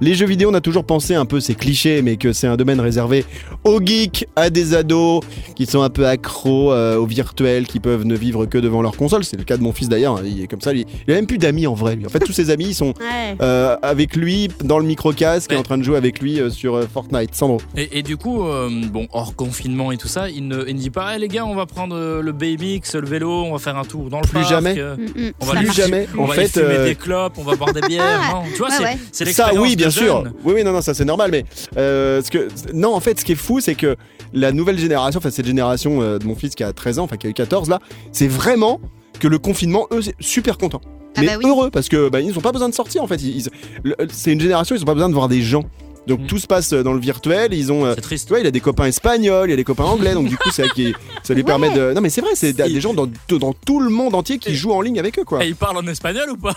[SPEAKER 1] Les jeux vidéo, on a toujours pensé un peu, c'est cliché, mais que c'est un domaine réservé aux geeks, à des ados qui sont un peu accros euh, au virtuel, qui peuvent ne vivre que devant leur console. C'est le cas de mon fils d'ailleurs. hein. Il est comme ça. lui. Il a même plus d'amis en vrai. lui. En fait, tous ses amis, ils sont
[SPEAKER 3] Ouais.
[SPEAKER 1] euh, avec lui dans le micro-casque et
[SPEAKER 4] Ouais.
[SPEAKER 1] en train de jouer avec lui euh, sur euh, Fortnite. Sandro.
[SPEAKER 4] Et, et du coup, euh, bon, hors confinement et tout ça, il ne, il ne dit pas, Eh, les gars, on va prendre euh, le BMX, le vélo, on va faire un tour dans le
[SPEAKER 1] Plus
[SPEAKER 4] parc,
[SPEAKER 1] jamais.
[SPEAKER 4] euh,
[SPEAKER 3] Mm, mm,
[SPEAKER 4] on
[SPEAKER 3] ça
[SPEAKER 1] Plus
[SPEAKER 4] va aller-
[SPEAKER 3] marche.
[SPEAKER 1] jamais.
[SPEAKER 4] on
[SPEAKER 1] En
[SPEAKER 4] va aller
[SPEAKER 1] fait,
[SPEAKER 4] fumer
[SPEAKER 1] euh,
[SPEAKER 4] des clopes, on va boire des bières. non, tu
[SPEAKER 3] [laughs]
[SPEAKER 4] vois,
[SPEAKER 3] Ouais,
[SPEAKER 4] c'est-
[SPEAKER 3] ouais.
[SPEAKER 1] Ça,
[SPEAKER 4] c'est l'expérience
[SPEAKER 1] oui, bien
[SPEAKER 4] de
[SPEAKER 1] sûr.
[SPEAKER 4] jeune.
[SPEAKER 1] Oui, oui, non, non, ça c'est normal. Mais euh, ce que, non, en fait, ce qui est fou, c'est que la nouvelle génération, enfin cette génération euh, de mon fils qui a 13 ans, enfin qui a eu 14 là, c'est vraiment que le confinement, eux, c'est super content.
[SPEAKER 3] Ah
[SPEAKER 1] mais
[SPEAKER 3] bah oui.
[SPEAKER 1] heureux parce que bah, ils n'ont pas besoin de sortir en fait. Ils- ils- le- c'est une génération, ils n'ont pas besoin de voir des gens. Donc
[SPEAKER 4] Mm.
[SPEAKER 1] tout se passe euh, dans le virtuel. Ils ont, euh,
[SPEAKER 4] C'est
[SPEAKER 1] tu
[SPEAKER 4] triste.
[SPEAKER 1] vois, il a des copains espagnols, il a des copains anglais. donc du coup, ça, qui,
[SPEAKER 3] [laughs]
[SPEAKER 1] ça lui
[SPEAKER 3] Ouais.
[SPEAKER 1] permet de. Non, mais c'est vrai, c'est des
[SPEAKER 4] Il-
[SPEAKER 1] gens dans, dans tout le monde entier qui jouent en ligne avec eux, quoi.
[SPEAKER 4] Et il parle en espagnol ou pas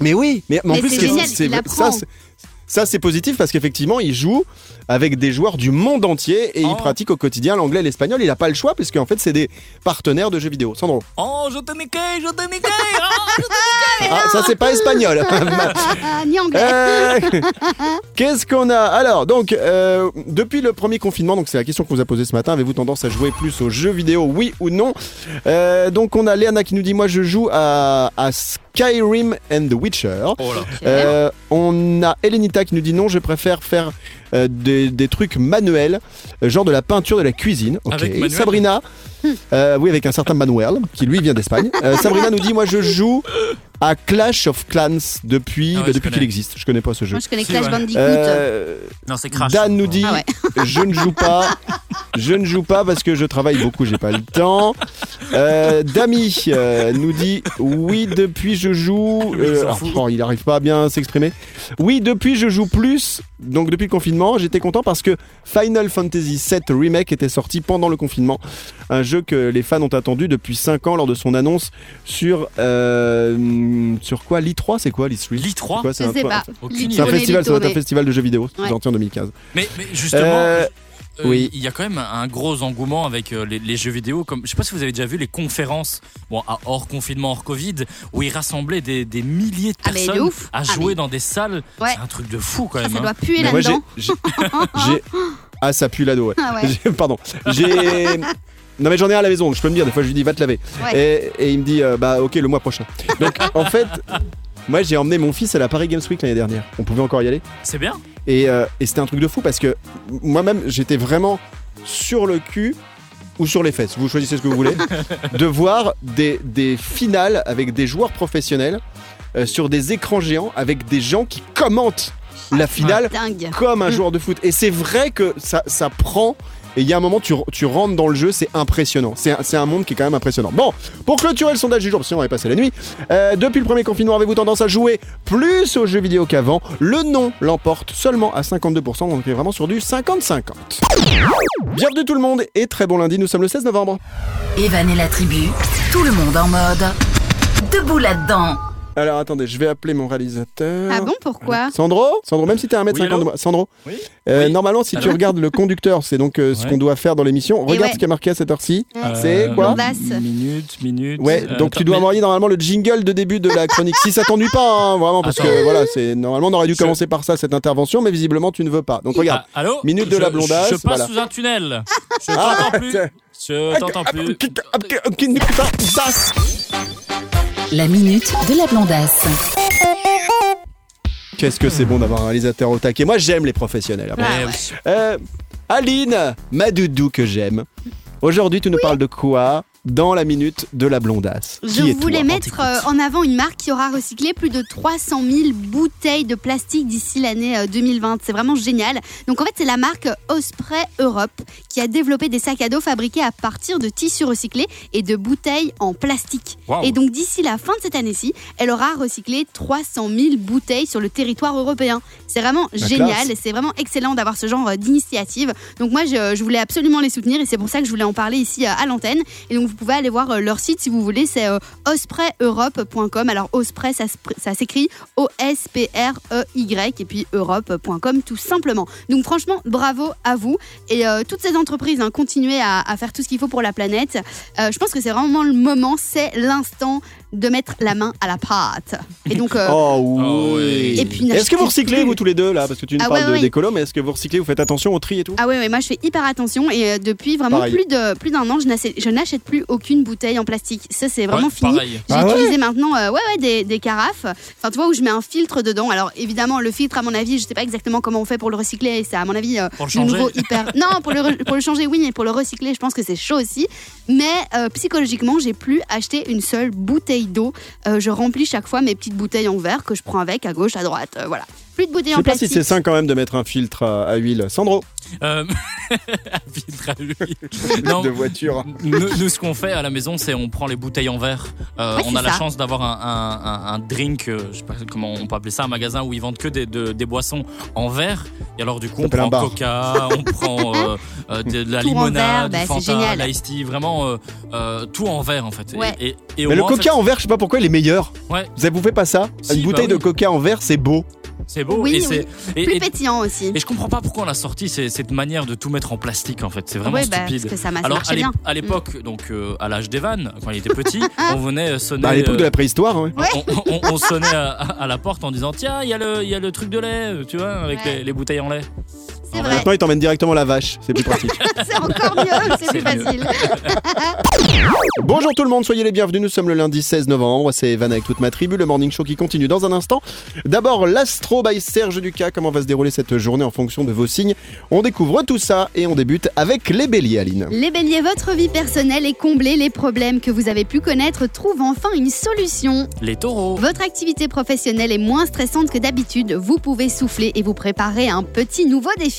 [SPEAKER 1] Mais oui, mais, mais en
[SPEAKER 3] Mais
[SPEAKER 1] plus,
[SPEAKER 3] c'est
[SPEAKER 1] c'est-
[SPEAKER 3] génial,
[SPEAKER 1] c'est-
[SPEAKER 3] il
[SPEAKER 1] ça,
[SPEAKER 3] apprend.
[SPEAKER 1] c'est- ça, c'est positif parce qu'effectivement, il joue avec des joueurs du monde entier et
[SPEAKER 4] Oh.
[SPEAKER 1] il pratique au quotidien l'anglais et l'espagnol. Il n'a pas le choix parce qu'en fait, c'est des partenaires de jeux vidéo. Sandro.
[SPEAKER 4] Oh, je te niquais, je te niquais oh, je te-
[SPEAKER 1] Ah, ça, c'est pas
[SPEAKER 3] [laughs]
[SPEAKER 1] espagnol. [laughs]
[SPEAKER 3] Ah, [laughs] ni anglais.
[SPEAKER 1] Euh, Qu'est-ce qu'on a Alors, donc, euh, depuis le premier confinement, donc c'est la question qu'on vous a posée ce matin, avez-vous tendance à jouer plus aux jeux vidéo, oui ou non Euh, Donc, on a Léana qui nous dit Moi, je joue à, à Skyrim and The Witcher.
[SPEAKER 4] Oh là.
[SPEAKER 1] Euh, on a Elenita qui nous dit non, je préfère faire euh, des, des trucs manuels, euh, genre de la peinture, de la cuisine. Ok.
[SPEAKER 4] Avec Manuel
[SPEAKER 1] Sabrina, euh, oui, avec un certain Manuel, qui lui vient d'Espagne. Euh, Sabrina nous dit moi je joue à Clash of Clans depuis,
[SPEAKER 4] Ah ouais,
[SPEAKER 1] bah,
[SPEAKER 4] je
[SPEAKER 1] depuis
[SPEAKER 4] connais.
[SPEAKER 1] qu'il existe. Je connais pas ce jeu.
[SPEAKER 3] Moi, je connais
[SPEAKER 4] Si,
[SPEAKER 3] Clash
[SPEAKER 4] ouais.
[SPEAKER 3] Bandicoot.
[SPEAKER 1] Euh,
[SPEAKER 4] Non, c'est crash.
[SPEAKER 1] Dan nous dit
[SPEAKER 3] Ah
[SPEAKER 1] [laughs]
[SPEAKER 3] ouais.
[SPEAKER 1] je ne joue pas. Je ne joue pas parce que je travaille beaucoup, j'ai pas le temps. Euh, Dami euh, nous dit oui depuis je joue.
[SPEAKER 4] Il s'en
[SPEAKER 1] alors,
[SPEAKER 4] fout.
[SPEAKER 1] oh, il arrive pas à bien s'exprimer. Oui depuis je joue plus. Donc depuis le confinement, j'étais content parce que Final Fantasy VII Remake était sorti pendant le confinement. Un jeu que les fans ont attendu depuis 5 ans lors de son annonce sur euh, sur quoi L'I3 c'est quoi L'I3
[SPEAKER 4] L'I3
[SPEAKER 1] Quoi, c'est
[SPEAKER 3] Je
[SPEAKER 1] un-
[SPEAKER 3] sais pas.
[SPEAKER 4] Aucune
[SPEAKER 1] C'est un
[SPEAKER 4] idée.
[SPEAKER 1] festival, ça doit être un
[SPEAKER 3] Tourner.
[SPEAKER 1] festival de jeux vidéo. C'est
[SPEAKER 3] Ouais.
[SPEAKER 1] sorti en 2015.
[SPEAKER 4] Mais, mais justement,
[SPEAKER 1] Euh,
[SPEAKER 4] euh,
[SPEAKER 1] oui.
[SPEAKER 4] il y a quand même un gros engouement avec euh, les, les jeux vidéo. Comme, je sais pas si vous avez déjà vu les conférences bon, à hors confinement, hors Covid, où ils rassemblaient des, des milliers de
[SPEAKER 3] Ah, mais de
[SPEAKER 4] personnes
[SPEAKER 3] ouf.
[SPEAKER 4] à
[SPEAKER 3] Ah,
[SPEAKER 4] jouer
[SPEAKER 3] mais-
[SPEAKER 4] dans des salles.
[SPEAKER 3] Ouais.
[SPEAKER 4] C'est un truc de fou quand
[SPEAKER 3] Ça,
[SPEAKER 4] même.
[SPEAKER 3] ça
[SPEAKER 4] hein.
[SPEAKER 3] doit puer
[SPEAKER 1] Mais moi,
[SPEAKER 3] là-dedans.
[SPEAKER 1] j'ai- j'ai- j'ai- Ah, ça pue l'ado, ouais.
[SPEAKER 3] Ah ouais.
[SPEAKER 1] [laughs] J'ai- Pardon. J'ai. Non, mais j'en ai un à la maison, je peux me dire. Des fois, je lui dis, va te laver. Et, et il me dit, euh, bah, ok, le mois prochain. Donc, en fait, moi, j'ai emmené mon fils à la Paris Games Week l'année dernière. On pouvait encore y aller.
[SPEAKER 4] C'est bien.
[SPEAKER 1] Et, euh, et c'était un truc de fou parce que moi-même, j'étais vraiment sur le cul ou sur les fesses, vous choisissez ce que vous voulez, de voir des, des finales avec des joueurs professionnels euh, sur des écrans géants avec des gens qui commentent la finale
[SPEAKER 3] Dingue.
[SPEAKER 1] comme un
[SPEAKER 3] Mm.
[SPEAKER 1] joueur de foot. Et c'est vrai que ça, ça prend. Et il y a un moment, tu, tu rentres dans le jeu, c'est impressionnant. C'est un, c'est un monde qui est quand même impressionnant. Bon, pour clôturer le sondage du jour, parce que sinon on va passer la nuit. euh, depuis le premier confinement, avez-vous tendance à jouer plus aux jeux vidéo qu'avant Le non l'emporte seulement à 52%. On est vraiment sur du 50-50. Bienvenue tout le monde et très bon lundi. Nous sommes le 16 novembre.
[SPEAKER 2] Evan et la tribu, tout le monde en mode. Debout là-dedans.
[SPEAKER 1] Alors attendez, je vais appeler mon réalisateur.
[SPEAKER 3] Ah bon, pourquoi
[SPEAKER 1] Sandro Sandro, même si t'es 1m50
[SPEAKER 4] Oui, allô
[SPEAKER 1] de moi. Sandro
[SPEAKER 4] Oui
[SPEAKER 1] Euh,
[SPEAKER 4] Oui.
[SPEAKER 1] Normalement, si tu
[SPEAKER 4] Allô
[SPEAKER 1] regardes le conducteur, c'est donc euh, ce
[SPEAKER 4] Ouais. Euh,
[SPEAKER 1] qu'on doit faire dans l'émission. Regarde
[SPEAKER 3] ouais.
[SPEAKER 1] ce qui a marqué à cette heure-ci.
[SPEAKER 3] Ouais.
[SPEAKER 1] C'est quoi
[SPEAKER 3] Blondasse.
[SPEAKER 4] Minute, minute.
[SPEAKER 1] Ouais,
[SPEAKER 4] euh,
[SPEAKER 1] donc tu
[SPEAKER 4] attends,
[SPEAKER 1] dois
[SPEAKER 4] mais-
[SPEAKER 1] envoyer normalement le jingle de début de la chronique. si ça t'ennuie pas, hein, vraiment, parce
[SPEAKER 4] Attends.
[SPEAKER 1] que voilà, c'est normalement on aurait dû
[SPEAKER 4] Je-
[SPEAKER 1] commencer par ça cette intervention, mais visiblement tu ne veux pas. Donc regarde.
[SPEAKER 4] Ah, allô
[SPEAKER 1] Minute de
[SPEAKER 4] Je-
[SPEAKER 1] la blondasse,
[SPEAKER 4] Je, passe
[SPEAKER 1] voilà.
[SPEAKER 4] sous un tunnel. Je
[SPEAKER 1] Ah,
[SPEAKER 4] t'entends plus.
[SPEAKER 1] tiens.
[SPEAKER 4] Ah,
[SPEAKER 1] Ah,
[SPEAKER 4] Je t'entends plus.
[SPEAKER 2] La minute de la blondasse.
[SPEAKER 1] Qu'est-ce que c'est bon d'avoir un réalisateur au taquet. Moi j'aime les professionnels.
[SPEAKER 4] Mais
[SPEAKER 3] Ah,
[SPEAKER 1] vraiment. Euh, Aline, ma doudou que j'aime. Aujourd'hui tu nous parles de quoi dans la minute de la blondasse.
[SPEAKER 3] Je
[SPEAKER 4] Qui est
[SPEAKER 3] voulais
[SPEAKER 4] toi quand
[SPEAKER 3] mettre euh, en avant une marque qui aura recyclé plus de 300 000 bouteilles de plastique d'ici l'année euh, 2020. C'est vraiment génial. Donc en fait, c'est la marque Osprey Europe qui a développé des sacs à dos fabriqués à partir de tissus recyclés et de bouteilles en plastique.
[SPEAKER 4] Waouh.
[SPEAKER 3] Et donc d'ici la fin de cette année-ci, elle aura recyclé 300 000 bouteilles sur le territoire européen. C'est vraiment
[SPEAKER 1] La
[SPEAKER 3] génial. C'est vraiment excellent d'avoir ce genre euh, d'initiative. Donc moi, je, je voulais absolument les soutenir et c'est pour ça que je voulais en parler ici euh, à l'antenne. Et donc vous pouvez aller voir euh, leur site si vous voulez, c'est euh, ospreyeurope.com. Alors osprey, ça, se pr- ça s'écrit O-S-P-R-E-Y E et puis europe.com tout simplement. Donc franchement, bravo à vous et euh, toutes ces entreprises, hein, continuez à, à faire tout ce qu'il faut pour la planète. Euh, je pense que c'est vraiment le moment, c'est l'instant de mettre la main à la pâte. Et donc euh,
[SPEAKER 1] [laughs] Oh
[SPEAKER 4] Oh
[SPEAKER 1] oui.
[SPEAKER 4] oui.
[SPEAKER 3] Et puis, n'achetez
[SPEAKER 1] Est-ce que vous recyclez
[SPEAKER 3] plus.
[SPEAKER 1] vous tous les deux là Parce que tu nous
[SPEAKER 3] Ah
[SPEAKER 1] parles
[SPEAKER 3] ouais,
[SPEAKER 1] de
[SPEAKER 3] ouais.
[SPEAKER 1] d'écolo, mais est-ce que vous recyclez Vous faites attention au tri et tout
[SPEAKER 3] Ah ouais, ouais, moi je fais hyper attention et euh, depuis vraiment
[SPEAKER 1] Pareil.
[SPEAKER 3] plus de plus d'un an, je n'achète- je n'achète plus aucune bouteille en plastique. Ça c'est vraiment
[SPEAKER 4] Ouais,
[SPEAKER 3] fini.
[SPEAKER 4] Pareil.
[SPEAKER 3] J'ai
[SPEAKER 1] Ah ouais
[SPEAKER 3] utilisé maintenant euh, ouais, ouais, des, des carafes, enfin tu vois, où je mets un filtre dedans. Alors évidemment, le filtre, à mon avis, je sais pas exactement comment on fait pour le recycler, et c'est à mon avis euh,
[SPEAKER 4] Pour le
[SPEAKER 3] de
[SPEAKER 4] changer.
[SPEAKER 3] nouveau hyper. Non, pour le, re- pour le changer, oui, mais pour le recycler, je pense que c'est chaud aussi. Mais euh, psychologiquement, j'ai plus acheté une seule bouteille d'eau. Euh, je remplis chaque fois mes petites bouteilles en verre que je prends avec à gauche, à droite. euh, voilà. Plus de bouteilles
[SPEAKER 1] Je
[SPEAKER 3] en
[SPEAKER 1] sais pas si
[SPEAKER 3] plastique.
[SPEAKER 1] c'est sain quand même de mettre un filtre à, à huile. Sandro,
[SPEAKER 4] Euh, [laughs] filtre à huile. Non,
[SPEAKER 1] de voiture.
[SPEAKER 4] nous, nous, ce qu'on fait à la maison, c'est on prend les bouteilles en verre. Euh,
[SPEAKER 3] Ouais,
[SPEAKER 4] on
[SPEAKER 3] c'est
[SPEAKER 4] a la
[SPEAKER 3] ça.
[SPEAKER 4] chance d'avoir un, un- un- un drink, euh, je sais pas comment on peut appeler ça, un magasin où ils vendent que des, de- des boissons en verre. Et alors du coup,
[SPEAKER 1] Ça
[SPEAKER 4] on
[SPEAKER 1] s'appelle un
[SPEAKER 4] prend
[SPEAKER 1] bar.
[SPEAKER 4] Coca,
[SPEAKER 1] [laughs]
[SPEAKER 4] on prend euh, euh, de, de la
[SPEAKER 3] Tout en verre,
[SPEAKER 4] limonade,
[SPEAKER 3] bah,
[SPEAKER 4] du
[SPEAKER 3] c'est
[SPEAKER 4] Fanta,
[SPEAKER 3] génial.
[SPEAKER 4] l'Ice Tea, vraiment euh, euh, tout en verre en fait. Et-
[SPEAKER 3] Ouais.
[SPEAKER 4] Et, et au
[SPEAKER 1] Mais le
[SPEAKER 4] moins, en
[SPEAKER 1] coca en verre, je sais pas pourquoi il est meilleur.
[SPEAKER 4] Ouais.
[SPEAKER 1] Vous avez bouffé pas ça
[SPEAKER 4] Si,
[SPEAKER 1] Une
[SPEAKER 4] bah
[SPEAKER 1] bouteille de
[SPEAKER 4] oui.
[SPEAKER 1] coca en verre, c'est beau.
[SPEAKER 4] fait, c'est beau.
[SPEAKER 3] Oui,
[SPEAKER 4] et
[SPEAKER 3] oui.
[SPEAKER 4] c'est- et-
[SPEAKER 3] Plus
[SPEAKER 4] et-
[SPEAKER 3] pétillant aussi.
[SPEAKER 4] et je comprends pas pourquoi on a sorti ces- cette manière de tout mettre en plastique en fait. C'est vraiment
[SPEAKER 3] Ouais, bah,
[SPEAKER 4] stupide.
[SPEAKER 3] parce que ça m'a ça
[SPEAKER 4] Alors à
[SPEAKER 3] marchait
[SPEAKER 4] l'é-
[SPEAKER 3] bien. Mm.
[SPEAKER 4] à l'époque, donc euh, à l'âge d'Evan, quand il était
[SPEAKER 3] [laughs]
[SPEAKER 4] petit, on venait sonner.
[SPEAKER 1] Bah, à l'époque
[SPEAKER 4] euh,
[SPEAKER 1] de la préhistoire, ouais.
[SPEAKER 4] on, on- on- on sonnait à, à- à la porte en disant tiens il y, a le- il y a le truc de lait euh, tu vois avec
[SPEAKER 3] Ouais.
[SPEAKER 4] les, les bouteilles en lait.
[SPEAKER 3] C'est
[SPEAKER 4] En
[SPEAKER 3] vrai.
[SPEAKER 1] Maintenant, ils t'emmènent directement la vache, c'est plus pratique.
[SPEAKER 3] C'est encore mieux, c'est plus
[SPEAKER 4] C'est mieux.
[SPEAKER 3] facile.
[SPEAKER 1] Bonjour tout le monde, soyez les bienvenus. Nous sommes le lundi 16 novembre. C'est Evan avec toute ma tribu, le morning show qui continue dans un instant. D'abord, l'astro by Serge Ducas. Comment va se dérouler cette journée en fonction de vos signes On découvre tout ça et on débute avec les béliers, Aline.
[SPEAKER 3] Les béliers, votre vie personnelle est comblée, les problèmes que vous avez pu connaître trouvent enfin une solution.
[SPEAKER 4] Les taureaux.
[SPEAKER 3] Votre activité professionnelle est moins stressante que d'habitude, vous pouvez souffler et vous préparer à un petit nouveau défi.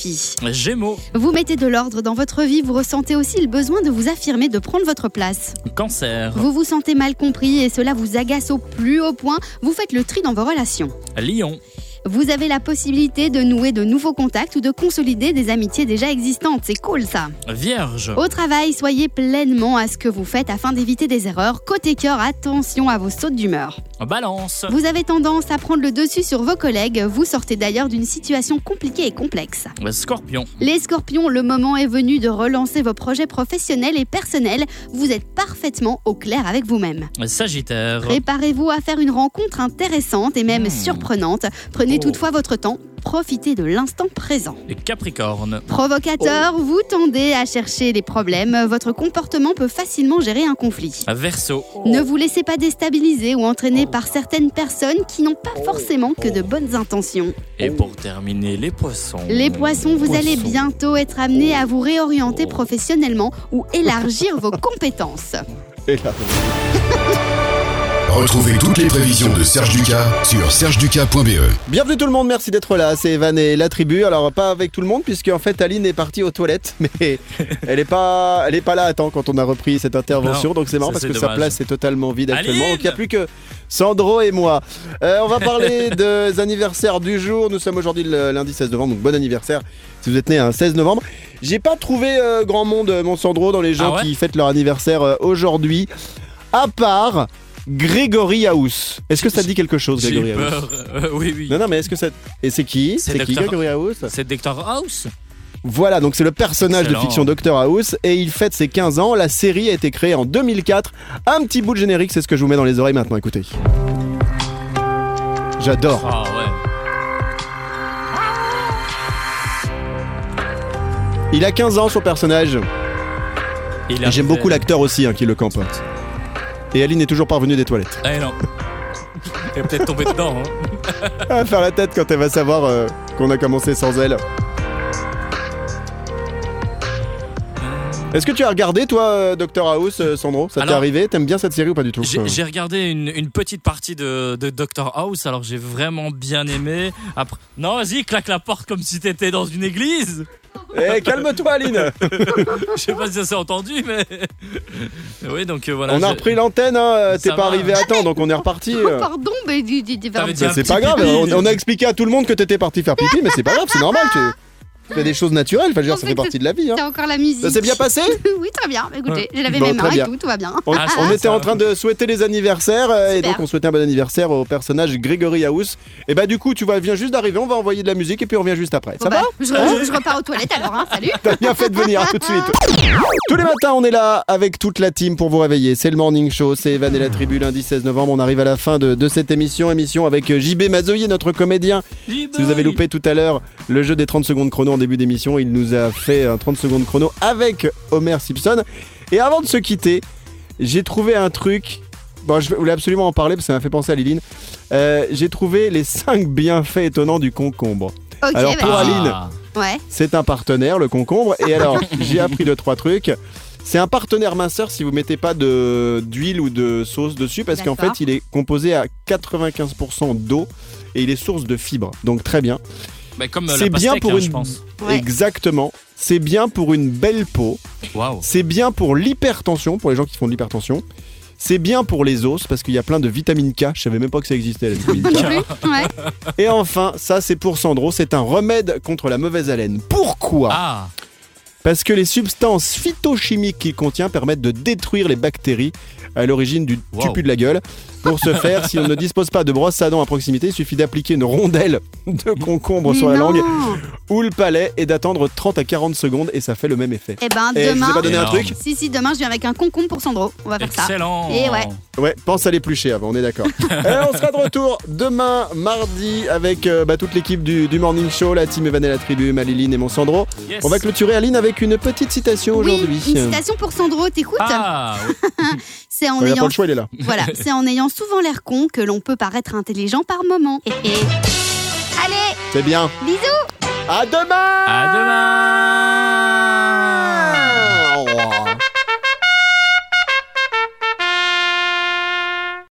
[SPEAKER 4] Gémeaux,
[SPEAKER 3] Vous mettez de l'ordre dans votre vie, vous ressentez aussi le besoin de vous affirmer, de prendre votre place.
[SPEAKER 4] cancer,
[SPEAKER 3] Vous vous sentez mal compris et cela vous agace au plus haut point, vous faites le tri dans vos relations.
[SPEAKER 4] lion,
[SPEAKER 3] Vous avez la possibilité de nouer de nouveaux contacts ou de consolider des amitiés déjà existantes, c'est cool ça.
[SPEAKER 4] vierge,
[SPEAKER 3] Au travail, soyez pleinement à ce que vous faites afin d'éviter des erreurs. Côté cœur, attention à vos sautes d'humeur.
[SPEAKER 4] balance,
[SPEAKER 3] Vous avez tendance à prendre le dessus sur vos collègues. Vous sortez d'ailleurs d'une situation compliquée et complexe.
[SPEAKER 4] scorpion,
[SPEAKER 3] Les scorpions, le moment est venu de relancer vos projets professionnels et personnels. Vous êtes parfaitement au clair avec vous-même.
[SPEAKER 4] sagittaire,
[SPEAKER 3] Préparez-vous à faire une rencontre intéressante et même
[SPEAKER 4] Hmm.
[SPEAKER 3] surprenante. Prenez
[SPEAKER 4] Oh.
[SPEAKER 3] toutefois votre temps. Profitez de l'instant présent.
[SPEAKER 4] capricorne,
[SPEAKER 3] Provocateur,
[SPEAKER 4] Oh.
[SPEAKER 3] vous tendez à chercher les problèmes. Votre comportement peut facilement gérer un conflit.
[SPEAKER 4] verso,
[SPEAKER 3] Ne vous laissez pas déstabiliser ou entraîner par certaines personnes qui n'ont pas forcément que de bonnes intentions.
[SPEAKER 1] Oh.
[SPEAKER 4] et pour terminer les poissons.
[SPEAKER 3] Les poissons, vous allez
[SPEAKER 4] Poissons.
[SPEAKER 3] bientôt être amenés à vous réorienter professionnellement ou élargir
[SPEAKER 1] [laughs]
[SPEAKER 3] vos compétences.
[SPEAKER 1] Et là,
[SPEAKER 6] Retrouvez toutes les prévisions de Serge Ducas sur sergeducas.be.
[SPEAKER 1] Bienvenue tout le monde, merci d'être là, c'est Evan et la tribu. Alors pas avec tout le monde puisque en fait Aline est partie aux toilettes, [laughs] mais elle est pas, elle est pas là à temps quand on a repris cette intervention,
[SPEAKER 4] Non,
[SPEAKER 1] donc c'est marrant
[SPEAKER 4] ça,
[SPEAKER 1] parce
[SPEAKER 4] c'est
[SPEAKER 1] que sa
[SPEAKER 4] dommage.
[SPEAKER 1] place est totalement vide actuellement.
[SPEAKER 4] Aline
[SPEAKER 1] donc il n'y a plus que Sandro et moi. Euh, on va
[SPEAKER 4] [laughs]
[SPEAKER 1] parler des anniversaires du jour. Nous sommes aujourd'hui le lundi 16 novembre, donc bon anniversaire si vous êtes né un 16 novembre. J'ai pas trouvé euh, grand monde, euh, mon Sandro, dans les gens
[SPEAKER 4] Ah ouais
[SPEAKER 1] qui fêtent leur anniversaire euh, aujourd'hui, à part Grégory House. Est-ce que ça te dit quelque chose,
[SPEAKER 4] J'ai
[SPEAKER 1] Grégory
[SPEAKER 4] eu
[SPEAKER 1] House
[SPEAKER 4] peur. Euh, oui oui.
[SPEAKER 1] non, non, mais est-ce que c'est. Et c'est qui
[SPEAKER 4] C'est
[SPEAKER 1] C'est qui
[SPEAKER 4] Dr.
[SPEAKER 1] Gregory House
[SPEAKER 4] C'est Doctor House.
[SPEAKER 1] Voilà, donc c'est le personnage de fiction
[SPEAKER 4] Excellent.
[SPEAKER 1] Dr. House et il fête ses 15 ans. La série a été créée en 2004. Un petit bout de générique, c'est ce que je vous mets dans les oreilles maintenant. Écoutez. J'adore.
[SPEAKER 4] Ah ouais.
[SPEAKER 1] Il a 15 ans, son personnage.
[SPEAKER 4] Il
[SPEAKER 1] Et
[SPEAKER 4] a
[SPEAKER 1] j'aime
[SPEAKER 4] fait-
[SPEAKER 1] beaucoup l'acteur aussi hein, qui le campote. Et Aline n'est toujours pas revenue des toilettes.
[SPEAKER 4] Eh non. Il est peut-être tombé dedans. hein.
[SPEAKER 1] Elle va Ah, faire la tête quand elle va savoir euh, qu'on a commencé sans elle. Est-ce que tu as regardé, toi, euh, Dr House, euh, Sandro Ça t'est
[SPEAKER 4] Alors-
[SPEAKER 1] arrivé T'aimes bien cette série ou pas du tout
[SPEAKER 4] J'ai j'ai regardé une, une petite partie de, de Doctor House, alors j'ai vraiment bien aimé. Après, non, vas-y, claque la porte comme si t'étais dans une église.
[SPEAKER 1] Eh, calme-toi,
[SPEAKER 4] [laughs]
[SPEAKER 1] Aline
[SPEAKER 4] Je sais pas si ça s'est entendu, mais. [laughs] Oui, donc euh, voilà.
[SPEAKER 1] On a
[SPEAKER 4] j'ai-
[SPEAKER 1] repris l'antenne, hein, t'es
[SPEAKER 4] Ça
[SPEAKER 1] pas
[SPEAKER 4] va.
[SPEAKER 1] arrivé à temps, donc on est reparti.
[SPEAKER 3] Oh,
[SPEAKER 1] euh.
[SPEAKER 3] pardon, mais du- du- du- pardon.
[SPEAKER 4] T'avais dit
[SPEAKER 1] Bah,
[SPEAKER 4] un
[SPEAKER 1] c'est
[SPEAKER 4] petit
[SPEAKER 1] pas grave,
[SPEAKER 4] pipi.
[SPEAKER 1] on, on a expliqué à tout le monde que t'étais parti faire pipi, mais c'est pas grave, c'est normal, tu tu fais des choses naturelles, enfin, je veux dire, ça fait partie de la vie. hein.
[SPEAKER 3] T'as encore la musique.
[SPEAKER 1] Ça s'est bien passé
[SPEAKER 3] [laughs] Oui, très bien. Bah, Écoutez, j'ai lavé
[SPEAKER 1] Bon,
[SPEAKER 3] mes
[SPEAKER 1] très
[SPEAKER 3] mains et
[SPEAKER 1] bien.
[SPEAKER 3] tout, tout va bien.
[SPEAKER 1] On,
[SPEAKER 4] Ah,
[SPEAKER 1] on
[SPEAKER 4] ça,
[SPEAKER 1] était
[SPEAKER 4] ça.
[SPEAKER 1] en train de souhaiter les anniversaires euh, et
[SPEAKER 3] Super.
[SPEAKER 1] donc on souhaitait un bon anniversaire au personnage Grégory House. Et bah du coup tu vois, vient juste d'arriver, on va envoyer de la musique et puis on revient juste après.
[SPEAKER 3] Bon,
[SPEAKER 1] Ça va
[SPEAKER 3] bah, je, je- je repars aux toilettes alors, hein,
[SPEAKER 1] [laughs]
[SPEAKER 3] salut.
[SPEAKER 1] T'as bien fait de venir à tout de suite. Tous les matins on est là avec toute la team pour vous réveiller. C'est le morning show, c'est Evan et la tribu lundi 16 novembre. On arrive à la fin de, de cette émission, émission avec euh, JB Mazoyer, notre comédien. Si vous avez loupé tout à l'heure le jeu des 30 secondes chrono en début d'émission, il nous a fait un 30 secondes chrono avec Homer Simpson. Et avant de se quitter, j'ai trouvé un truc. Bon, je voulais absolument en parler parce que ça m'a fait penser à Liline. Euh, j'ai trouvé les 5 bienfaits étonnants du concombre.
[SPEAKER 3] Ok,
[SPEAKER 1] Alors,
[SPEAKER 3] bah,
[SPEAKER 1] pour
[SPEAKER 4] Ah.
[SPEAKER 1] aller- Aline.
[SPEAKER 3] ouais.
[SPEAKER 1] C'est un partenaire, le concombre. Et alors, j'ai appris deux, trois trucs. C'est un partenaire minceur si vous mettez pas de- d'huile ou de sauce dessus parce qu'en
[SPEAKER 3] D'accord.
[SPEAKER 1] fait, il est composé à 95% d'eau et il est source de fibres. Donc, très bien.
[SPEAKER 4] Bah, comme euh,
[SPEAKER 1] C'est
[SPEAKER 4] la
[SPEAKER 1] bien
[SPEAKER 4] pastèque,
[SPEAKER 1] pour
[SPEAKER 4] hein,
[SPEAKER 1] une-
[SPEAKER 4] je pense.
[SPEAKER 3] Ouais.
[SPEAKER 1] Exactement. C'est bien pour une belle peau.
[SPEAKER 4] Waouh.
[SPEAKER 1] C'est bien pour l'hypertension, pour les gens qui font de l'hypertension. C'est bien pour les os parce qu'il y a plein de vitamine K. Je savais même pas que ça existait la vitamine K.
[SPEAKER 3] [laughs] Non plus Ouais.
[SPEAKER 1] Et enfin, ça c'est pour Sandro, c'est un remède contre la mauvaise haleine. Pourquoi
[SPEAKER 4] Ah,
[SPEAKER 1] Parce que les substances phytochimiques qu'il contient permettent de détruire les bactéries à l'origine du
[SPEAKER 4] Wow.
[SPEAKER 1] tupu de la gueule. Pour ce faire, si on ne dispose pas de brosse à dents à proximité, il suffit d'appliquer une rondelle de concombre sur la
[SPEAKER 3] Non.
[SPEAKER 1] langue ou le palais et d'attendre 30 à 40 secondes et ça fait le même effet.
[SPEAKER 3] Eh ben,
[SPEAKER 1] Et je vous ai pas
[SPEAKER 3] demain.
[SPEAKER 1] donné un
[SPEAKER 4] Énorme.
[SPEAKER 1] truc
[SPEAKER 3] Si, si, demain, je viens avec un concombre pour Sandro. On va faire ça.
[SPEAKER 4] excellent.
[SPEAKER 3] Et ouais.
[SPEAKER 1] Ouais, pense à l'éplucher avant, on est d'accord. Euh, on sera de retour demain, mardi, avec euh, bah, toute l'équipe du, du Morning Show, la team Evan et la tribu, Maliline et mon Sandro.
[SPEAKER 4] Yes.
[SPEAKER 1] On va clôturer Aline avec une petite citation aujourd'hui.
[SPEAKER 3] Oui, une citation pour Sandro, t'écoutes
[SPEAKER 4] Ah, oui.
[SPEAKER 3] C'est en
[SPEAKER 1] Ouais, il Euh, a pas
[SPEAKER 3] ayant
[SPEAKER 1] le choix, il est là.
[SPEAKER 3] voilà, c'est en ayant souvent l'air con que l'on peut paraître intelligent par moment. Hé, hé. Allez,
[SPEAKER 1] C'est bien.
[SPEAKER 3] bisous.
[SPEAKER 1] À demain
[SPEAKER 4] à demain.
[SPEAKER 3] Ah.